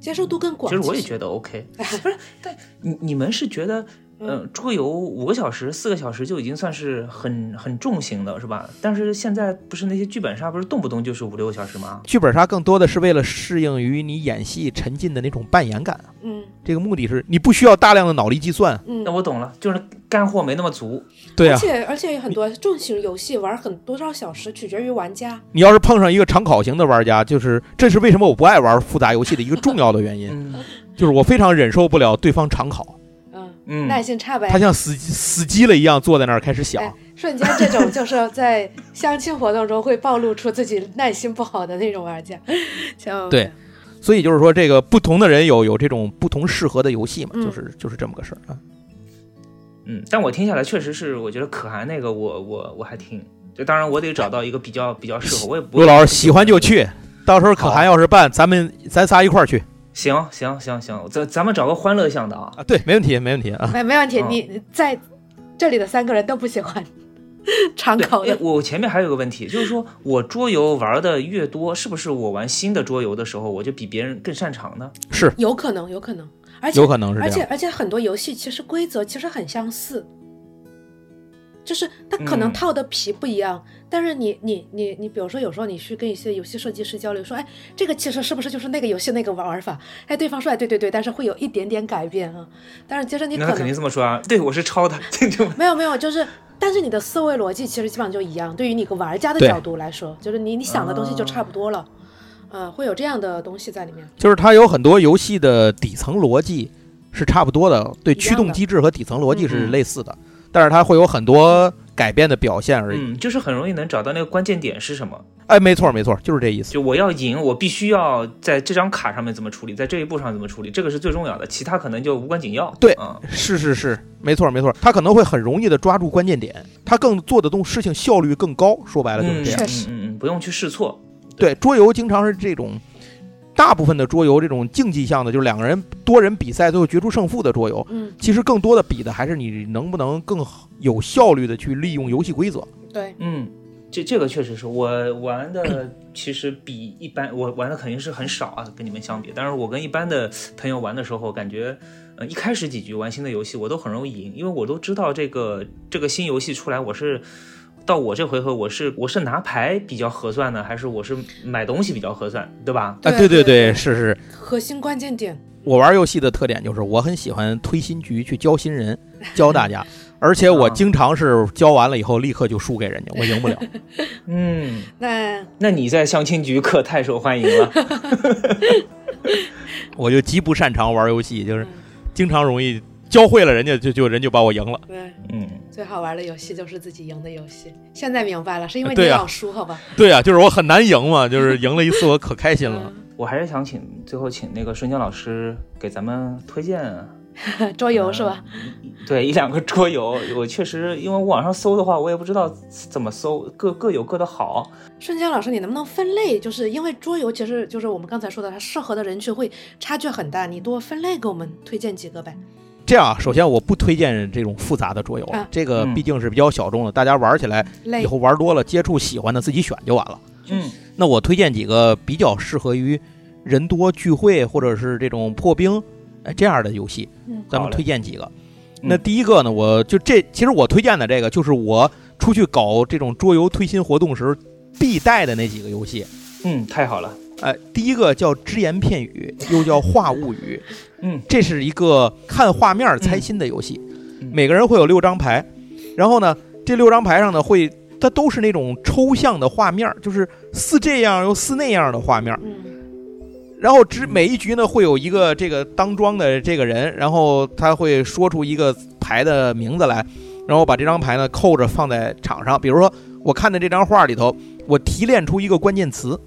C: 接受度更广。
A: 其实我也觉得 OK，不是？但你你们是觉得，呃，桌游五个小时、四个小时就已经算是很很重型的，是吧？但是现在不是那些剧本杀，不是动不动就是五六个小时吗？
D: 剧本杀更多的是为了适应于你演戏沉浸的那种扮演感，
C: 嗯
D: 这个目的是你不需要大量的脑力计算。
C: 嗯
A: 那，我懂了，就是干货没那么足。
D: 对
C: 而
D: 啊，
C: 且而且有很多重型游戏玩很多少小时取决于玩家。
D: 你要是碰上一个常考型的玩家，就是这是为什么我不爱玩复杂游戏的一个重要的原因，
A: 嗯
D: 就是我非常忍受不了对方常考，
C: 嗯，
A: 嗯，
C: 耐性差呗。
D: 他像死机死机了一样坐在那儿开始想
C: 哎。瞬间，这种就是在相亲活动中会暴露出自己耐心不好的那种玩 家，像
D: 对，所以就是说，这个不同的人有有这种不同适合的游戏嘛，
C: 嗯
D: 就是就是这么个事儿啊。
A: 嗯，但我听下来确实是，我觉得可汗那个我我我还挺，就当然我得找到一个比较比较适合，我也不
D: 陆老师喜欢就。去，到时候可汗要是办，咱们咱仨一块儿去
A: 行行行行，咱咱们找个欢乐向的啊。
D: 啊。对，没问题，没问题啊。
C: 没没问题，
A: 嗯
C: 你在这里的三个人都不喜欢 常考
A: 对，哎
C: 的，
A: 我前面还有个问题，就是说我桌游玩的越多，是不是我玩新的桌游的时候，我就比别人更擅长呢？
D: 是，
C: 有可能，有可能，而且
D: 有可能是
C: 而
D: 这
C: 且
D: 样。
C: 而且很多游戏其实规则其实很相似，就是它可能
A: 嗯
C: 套的皮不一样，但是你你你你，比如说有时候你去跟一些游戏设计师交流，说，哎，这个其实是不是就是那个游戏那个玩法？哎，对方说，哎，对对对，但是会有一点点改变啊。但是其实你
A: 那
C: 可
A: 他肯
C: 能
A: 定这么说啊，对我是抄的，这就
C: 没有没有，就是。但是你的思维逻辑其实基本上就一样，对于你个玩家的
D: 对嗯
C: 角度来说，就是你你想的东西就差不多了，呃，会有这样的东西在里面。
D: 就是它有很多游戏的底层逻辑是差不多的，对
C: 一样的
D: 驱动机制和底层逻辑
A: 嗯
D: 是
A: 嗯
D: 类似的，但是它会有很多改变的表现 而已。
A: 嗯，就是很容易能找到那个关键点是什么。
D: 哎，没错没错，就是这意思。
A: 就我要赢，我必须要在这张卡上面怎么处理，在这一步上怎么处理，这个是最重要的，其他可能就无关紧要。
D: 对
A: 啊、
D: 是是是，没错没错，他可能会很容易的抓住关键点，他更做的东事情效率更高。说白了就是
A: 嗯，
D: 这样。
C: 确实
A: 嗯嗯嗯，不用去试错。
D: 对，桌游经常是这种，大部分的桌游这种竞技项的，就是两个人多人比赛最后决出胜负的桌游，
C: 嗯，
D: 其实更多的比的还是你能不能更好有效率的去利用游戏规则。
C: 对，
A: 嗯，这这个确实是我玩的，其实比一般我玩的肯定是很少啊，跟你们相比。但是我跟一般的朋友玩的时候，感觉，呃，一开始几局玩新的游戏，我都很容易赢，因为我都知道这个这个新游戏出来，我是到我这回合，我是我是拿牌比较合算呢，还是我是买东西比较合算，对吧？
D: 啊，
C: 对
D: 对对，是是，
C: 核心关键点，
D: 我玩游戏的特点就是我很喜欢推新局去教新人，教大家，而且我
A: 啊
D: 经常是教完了以后立刻就输给人家，我赢不了。
A: 嗯，
C: 那
A: 那你在相亲局可太受欢迎了。
D: 我就极不擅长玩游戏，就是经常容易教会了人家就就人就把我赢了。
C: 对
A: 嗯，
C: 呃最好玩的游戏就是自己赢的游戏。现在明白了，是因为你
D: 对啊
C: 老输，好 吧？
D: 对啊，就是我很难赢嘛，就是赢了一次我可开心了。
C: 嗯，
A: 我还是想请最后请那个瞬间老师给咱们推荐啊
C: 桌游是吧？
A: 对一两个桌游，我确实因为网上搜的话，我也不知道怎么搜，各各有各的好。
C: 瞬间老师，你能不能分类？就是因为桌游其实就是我们刚才说的，它适合的人群会差距很大。你多分类给我们推荐几个呗？
D: 这样啊，首先我不推荐这种复杂的桌游啊
C: 啊，
D: 这个
A: 嗯
D: 毕竟是比较小众的，大家玩起来
C: 类
D: 以后玩多了，接触喜欢的自己选就完了。
A: 嗯
D: 那我推荐几个比较适合于人多聚会或者是这种破冰，哎这样的游戏
C: 嗯，
D: 咱
A: 好
D: 们
A: 嘞
D: 推荐几个。
A: 嗯
D: 那第一个呢，我就这，其实我推荐的这个就是我出去搞这种桌游推新活动时候必带的那几个游戏。
A: 嗯，太好了。
D: 哎，第一个叫只言片 语，又叫话物语，
A: 嗯
D: 这是一个看画面儿猜心的游戏，
A: 嗯
D: 每个人会有六张牌，然后呢，这六张牌上呢会它都是那种抽象的画面儿，就是似这样又似那样的画面儿。
C: 嗯
D: 然后只每一局呢会有一个这个当庄的这个人，然后他会说出一个牌的名字来，然后把这张牌呢扣着放在场上。比如说，我看的这张画里头，我提炼出一个关键词，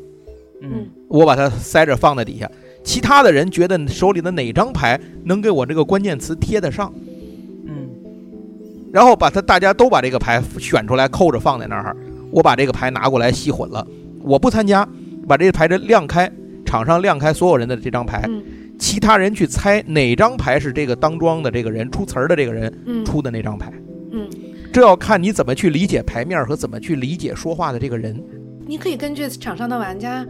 A: 嗯
D: 我把它塞着放在底下。其他的人觉得手里的哪张牌能给我这个关键词贴得上，
A: 嗯
D: 然后把它大家都把这个牌选出来扣着放在那儿，我把这个牌拿过来吸混了，我不参加，把这个牌这亮开，场上亮开所有人的这张牌，
C: 嗯
D: 其他人去猜哪张牌是这个当庄的这个人出词儿的这个人
C: 嗯
D: 出的那张牌。
C: 嗯，
D: 这要看你怎么去理解牌面和怎么去理解说话的这个人。
C: 你可以根据场上的玩家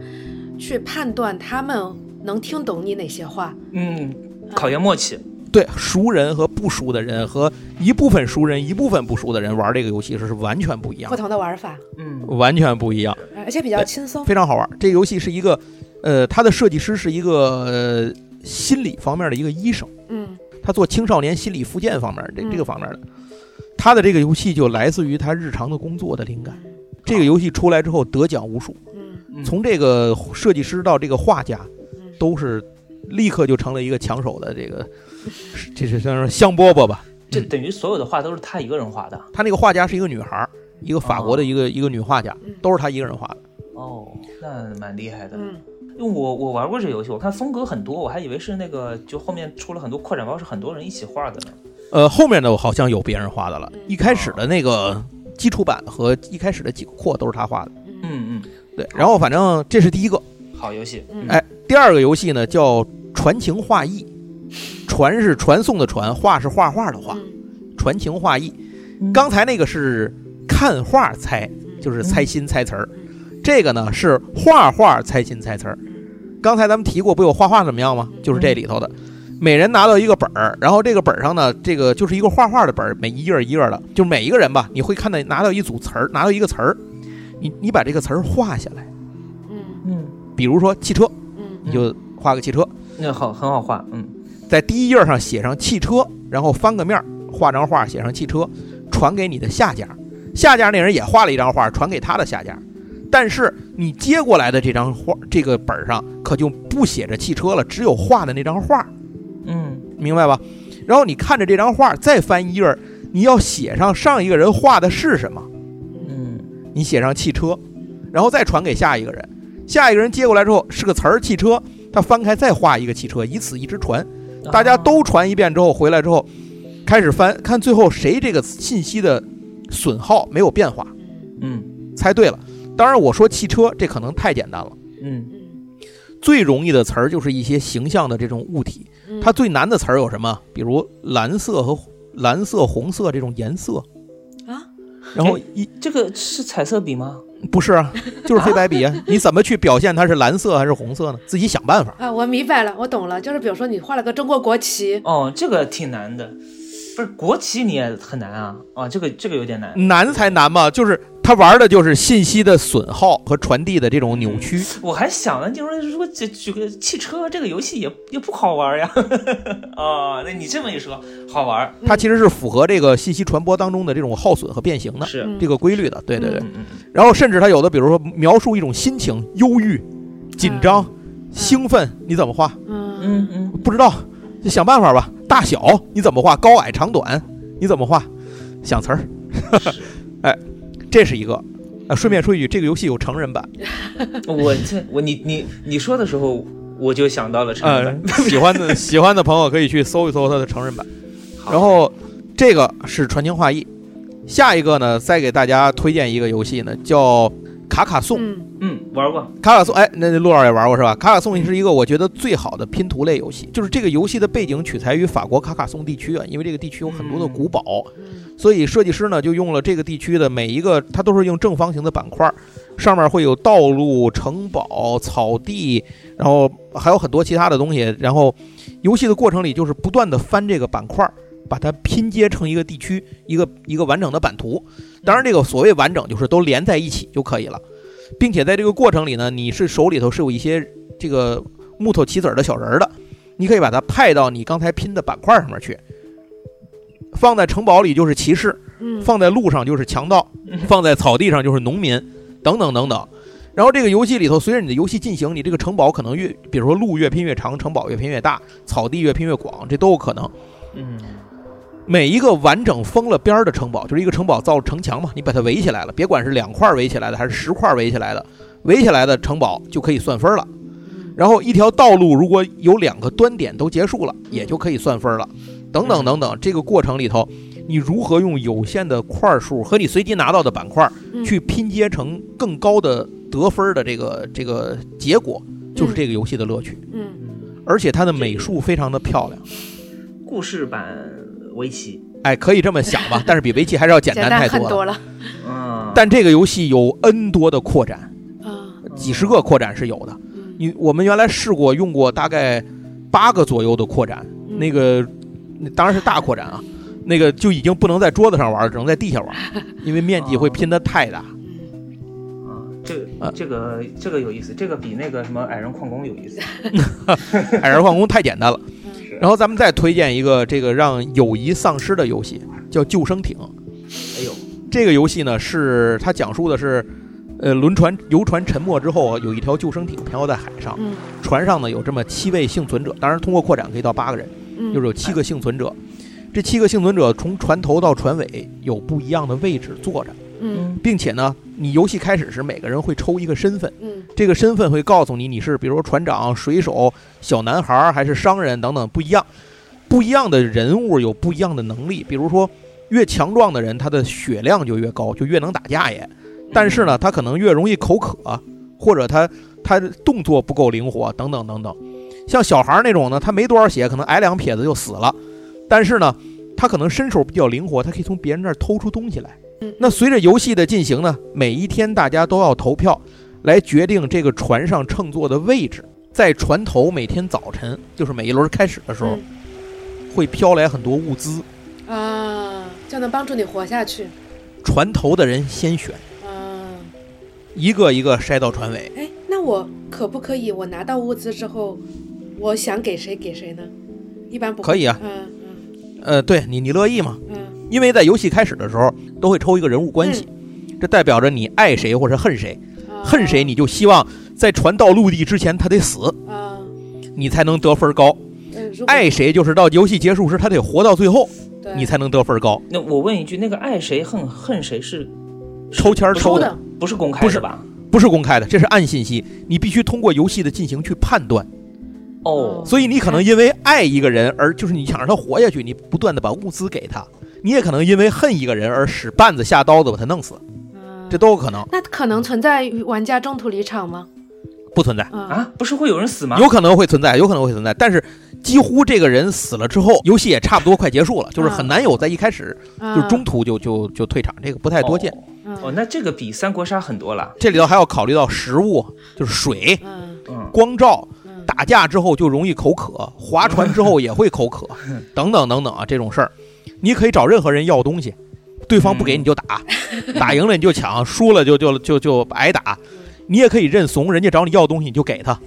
C: 去判断他们能听懂你哪些话。
A: 嗯，考验默契。
D: 对，熟人和不熟的人和一部分熟人、一部分不熟的人玩这个游戏是完全不一样
C: 不，同的玩法，
A: 嗯
D: 完全不一样，
C: 而且比较轻松。
D: 非常好玩。这游戏是一个，呃，它的设计师是一个、呃、心理方面的一个医生。
C: 嗯
D: 他做青少年心理复健方面儿这
C: 嗯
D: 这个方面儿的，他的这个游戏就来自于他日常的工作的灵感。这个游戏出来之后得奖无数，
C: 嗯
A: 嗯
D: 从这个设计师到这个画家
C: 嗯，
D: 都是立刻就成了一个抢手的这个， 这是算是香饽饽吧。
A: 这等于所有的画都是他一个人画的。
D: 他那个画家是一个女孩儿，一个法国的一个一个女画家，
C: 嗯
D: 都是他一个人画的。
A: 哦，那蛮厉害的。
C: 嗯
A: 因为我我玩过这游戏，我看风格很多，我还以为是那个就后面出了很多扩展包是很多人一起画的呢。
D: 呃，后面的我好像有别人画的了
C: 嗯，
D: 一开始的那个基础版和一开始的几个扩都是他画的。
C: 嗯
A: 嗯
D: 对，然后反正这是第一个。
A: 嗯，好游戏。
C: 嗯，
D: 哎第二个游戏呢叫传情画意，传是传送的传，画是画画的画，
C: 嗯
D: 传情画意。
A: 嗯
D: 刚才那个是看画猜，
C: 嗯
D: 就是猜心猜词儿，这个呢是画画猜心猜词儿。刚才咱们提过，不有画画怎么样吗？就是这里头的。每人拿到一个本儿，然后这个本儿上呢，这个就是一个画画的本儿，每一页儿一页儿的，就每一个人吧，你会看到拿到一组词儿，拿到一个词儿，你你把这个词儿画下来，
C: 嗯
A: 嗯，
D: 比如说汽车，
C: 嗯
D: 你就画个汽车，
A: 那好，很好画。嗯
D: 在第一页上写上汽车，然后翻个面儿画张画，写上汽车，传给你的下家。下家那人也画了一张画，传给他的下家。但是你接过来的这张画，这个本儿上可就不写着汽车了，只有画的那张画，
A: 嗯
D: 明白吧？然后你看着这张画，再翻一页儿，你要写上上一个人画的是什么，
A: 嗯
D: 你写上汽车，然后再传给下一个人。下一个人接过来之后是个词儿汽车，他翻开再画一个汽车，以此一直传。
A: 嗯，
D: 大家
C: 哦
D: 都传一遍之后，回来之后开始翻，看最后谁这个信息的损耗没有变化，
C: 嗯
A: 嗯
D: 猜对了。当然，我说汽车这可能太简单了，
A: 嗯
C: 嗯
D: 最容易的词儿就是一些形象的这种物体。
C: 嗯，
D: 它最难的词儿有什么？比如蓝色和蓝色、红色这种颜色，
C: 啊，
D: 然后一
A: 这个是彩色笔吗？
D: 不是啊，就是 黑白笔啊，你怎么去表现它是蓝色还是红色呢？自己想办法。
C: 啊，我明白了，我懂了，就是比如说你画了个中国国旗，
A: 哦，这个挺难的，不是国旗你也很难啊，啊，这个这个有点难。
D: 难才难嘛，就是他玩的就是信息的损耗和传递的这种扭曲。
A: 我还想呢，就说如果举举个汽车这个游戏也也不好玩呀， 哦，那你这么一说好玩
D: 它其实是符合这个信息传播当中的这种耗损和变形的
A: 是，
C: 嗯
D: 这个规律的。对对对。
A: 嗯嗯嗯
D: 然后甚至它有的，比如说描述一种心情，忧郁、紧张、兴奋，你怎么画？
A: 嗯
C: 嗯
A: 嗯，
D: 不知道，就想办法吧。大小你怎么画？高矮长短你怎么画？想词儿， 哎
A: 是
D: 这是一个。啊，顺便说一句，这个游戏有成人版，
A: 嗯我这我你你你说的时候我就想到了成人
D: 呃
A: 版，，
D: 喜欢的喜欢的朋友可以去搜一搜它的成人版。
A: 好
D: 然后这个是传情画意，下一个呢，再给大家推荐一个游戏呢，叫卡卡颂。
C: 嗯
A: 嗯玩过，
D: 卡卡颂，哎，那那陆老师也玩过是吧？卡卡颂是一个我觉得最好的拼图类游戏，就是这个游戏的背景取材于法国卡卡颂地区啊，因为这个地区有很多的古堡，
C: 嗯
D: 所以设计师呢就用了这个地区的每一个，它都是用正方形的板块儿，上面会有道路、城堡、草地，然后还有很多其他的东西。然后游戏的过程里就是不断的翻这个板块儿，把它拼接成一个地区，一个一个完整的版图。当然，这个所谓完整就是都连在一起就可以了，并且在这个过程里呢，你是手里头是有一些这个木头棋子儿的小人儿的，你可以把它派到你刚才拼的板块上面去。放在城堡里就是骑士，
C: 嗯，
D: 放在路上就是强盗，放在草地上就是农民，等等等等。然后这个游戏里头，随着你的游戏进行，你这个城堡可能越，比如说路越拼越长，城堡越拼越大，草地越拼越广，这都有可能。
A: 嗯
D: 每一个完整封了边儿的城堡，就是一个城堡造城墙嘛，你把它围起来了，别管是两块儿围起来的还是十块儿围起来的，围起来的城堡就可以算分了。然后一条道路如果有两个端点都结束了，也就可以算分了。等等等等，这个过程里头，你如何用有限的块数和你随机拿到的板块
C: 嗯
D: 去拼接成更高的得分的这个这个结果，就是这个游戏的乐趣。
C: 嗯
A: 嗯，
D: 而且它的美术非常的漂亮，
A: 故事版围棋，
D: 哎，可以这么想 吧，但是比围棋还是要简
C: 简
D: 单
C: 单
D: 太
C: 很
D: 多了。
C: 多了
A: 嗯，
D: 但这个游戏有 N 多的扩展，
C: 啊，
D: 几十个扩展是有的。
C: 嗯
D: 你我们原来试过用过大概八个左右的扩展，
C: 嗯
D: 那个那当然是大扩展啊，那个就已经不能在桌子上玩了，只能在地下玩，因为面积会拼得太大。
C: 嗯
A: 啊，这
D: 啊
A: 个这个这个有意思，这个比那个什么矮人矿工有意思。
D: 矮人矿工太简单了。
C: 嗯
D: 然后咱们再推荐一个这个让友谊丧失的游戏，叫《救生艇》。
A: 哎呦，
D: 这个游戏呢是它讲述的是，呃，轮船游船沉没之后啊，有一条救生艇漂在海上，
C: 嗯
D: 船上呢有这么七位幸存者，当然通过扩展可以到八个人。
C: 嗯，
D: 就是有七个幸存者，这七个幸存者从船头到船尾有不一样的位置坐着，
C: 嗯
D: 并且呢，你游戏开始时每个人会抽一个身份，
C: 嗯
D: 这个身份会告诉你你是比如说船长、水手、小男孩儿还是商人等等不一样，不一样的人物有不一样的能力，比如说越强壮的人他的血量就越高，就越能打架也，但是呢，他可能越容易口渴，或者他他动作不够灵活，等等等等。像小孩儿那种呢，他没多少血，可能挨两撇子就死了，但是呢，他可能身手比较灵活，他可以从别人那儿偷出东西来
C: 嗯。
D: 那随着游戏的进行呢，每一天大家都要投票，来决定这个船上乘坐的位置。在船头每天早晨，就是每一轮开始的时候，
C: 嗯
D: 会飘来很多物资，
C: 啊，就能帮助你活下去
D: 船头的人先选，
C: 啊。
D: 一个一个筛到船尾。
C: 哎，那我可不可以我拿到物资之后，我想给谁给谁呢？一般不会
D: 可以啊
C: 嗯
D: 呃，对你，你乐意吗？
C: 嗯
D: 因为在游戏开始的时候都会抽一个人物关系，这代表着你爱谁或者恨谁。
C: 嗯，
D: 恨谁你就希望在船到陆地之前他得死，
C: 啊？
D: 你才能得分高。
C: 嗯如果
D: 爱谁就是到游戏结束时他得活到最后，
C: 对
D: 你才能得分高。
A: 那我问一句，那个爱谁恨恨谁是
D: 抽签儿
A: 不是
D: 抽
C: 的，
A: 不是公开
D: 不是
A: 的吧？
D: 不是公开的，这是暗信息，你必须通过游戏的进行去判断。
A: 哦，
D: 所以你可能因为爱一个人而就是你想让他活下去，你不断的把物资给他；你也可能因为恨一个人而使绊子下刀子把他弄死，
C: 嗯
D: 这都有可能。
C: 那可能存在于玩家中途离场吗？
D: 不存在，
C: 啊，
A: 啊，不是会有人死吗？
D: 有可能会存在，有可能会存在，但是几乎这个人死了之后，游戏也差不多快结束了，就是很难有在一开始就
C: 啊
D: 是中途就就就退场，这个不太多见。
C: 嗯
A: 哦。哦，那这个比三国杀很多了。
D: 这里头还要考虑到食物，就是水、
C: 嗯
A: 嗯，
D: 光照，
C: 嗯
D: 打架之后就容易口渴，划船之后也会口 渴，
A: 嗯
D: 等等等等啊，这种事儿，你可以找任何人要东西，对方不给你就打， 打赢了你就抢，输了就就就就挨打。你也可以认怂，人家找你要东西你就给他，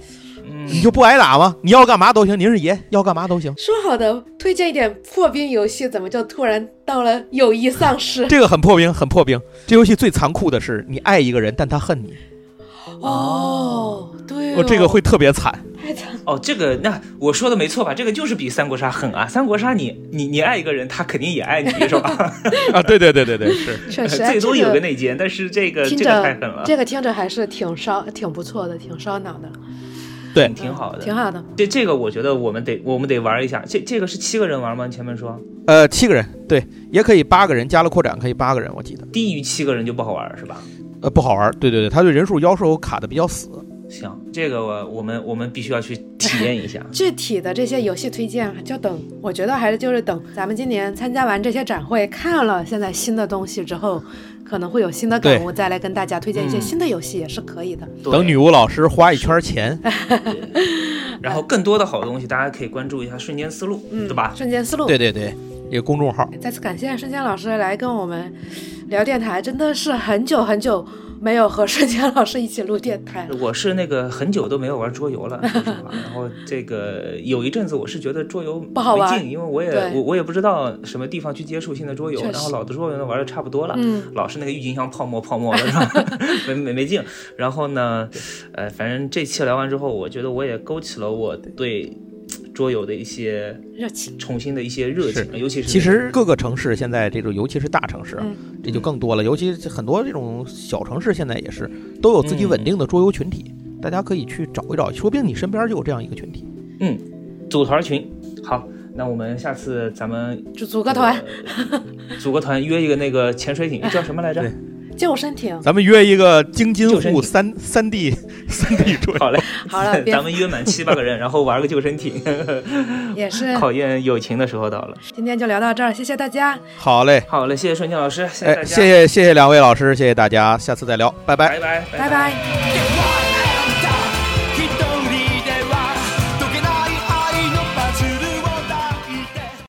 A: 嗯，
D: 你就不挨打吗？你要干嘛都行，您是爷，要干嘛都行，
C: 说好的推荐一点破冰游戏，怎么就突然到了友谊丧失？
D: 这个很破冰，很破冰。这游戏最残酷的是，你爱一个人，但他恨你，
C: 哦，对
A: 哎
D: 哦，这个会特 别惨。
C: 太惨了。
A: 哦，这个那我说的没错吧？这个就是比三国杀狠啊！三国杀你你你爱一个人，他肯定也 爱你，是吧？
D: 啊，对对对对对，是。
C: 确实，
A: 最多有
C: 这
A: 个内奸，但是这个
C: 听
A: 这个
C: 着
A: 太狠了，
C: 这个听着还是挺烧、挺不错的，挺烧脑的，
D: 对
A: 嗯挺好的，
C: 嗯挺好的。。
A: 这这个我觉得我们得我们得玩一下，这这个是七个人玩吗？你前面说
D: 呃，七个人，对，也可以八个人，加了扩展可以八个人，我记得。
A: 低于七个人就不好玩是吧？
D: 呃，不好玩儿。对对对，他对人数要求卡的比较死。
A: 行，这个我我们我们必须要去体验一 下
C: 具体的这些游戏推荐，就等我觉得还是就是等咱们今年参加完这些展会，看了现在新的东西之后，可能会有新的感悟，再来跟大家推荐一些
A: 嗯
C: 新的游戏也是可以的。
A: 对哎
D: 等女巫老师花一圈儿钱，
A: 然后更多的好东西，大家可以关注一下瞬间思路，
C: 嗯，
A: 对吧？
C: 瞬间思路。
D: 对对对，一个公众号，
C: 再次感谢瞬间老师来跟我们聊电台，真的是很久很久没有和瞬间老师一起录电台了。
A: 我是那个很久都没有玩桌游 了，说实话。然后这个有一阵子我是觉得桌游不
C: 好玩
A: 因为我也
C: 对
A: 我我也不知道什么地方去接触新的桌游，
C: 确实
A: 然后老的桌游呢玩的差不多了。
C: 嗯，
A: 老是那个郁金香泡沫泡沫的，是吧？ 没没没劲。然后呢，呃，反正这期聊完之后，我觉得我也勾起了我对嘖桌游的一些
C: 热情。
A: 重新的一些热情，尤其是
D: 其实各个城市现在这种，尤其是大城市啊，
C: 嗯
D: 这就更多了。尤其是很多这种小城市，现在也是都有
A: 嗯
D: 自己稳定的桌游群体，大家可以去找一找，说不定你身边就有这样一个群体。
A: 组团群。好，那我们下次咱们
C: 组组个团，
A: 呃 组个团约一个那个潜 水艇叫什么来着？
D: 对
C: 救生艇。
D: 咱们约一个京津
A: 就
D: 沪
A: 是
D: 三三 D 三 D 桌游，
A: 好嘞，
C: 好了别嗯
A: 咱们约满七八个人，然后玩个救生艇，
C: 也是，
A: 考验友情的时候到了。
C: 今天就聊到这儿，谢谢大家，
D: 好嘞，
A: 好嘞，谢谢瞬间老师，谢谢大
D: 哎，
A: 家，
D: 谢，谢谢谢两位老师，谢谢大家，下次再聊，拜拜。
A: 拜拜，
C: 拜拜
E: 给
A: 哎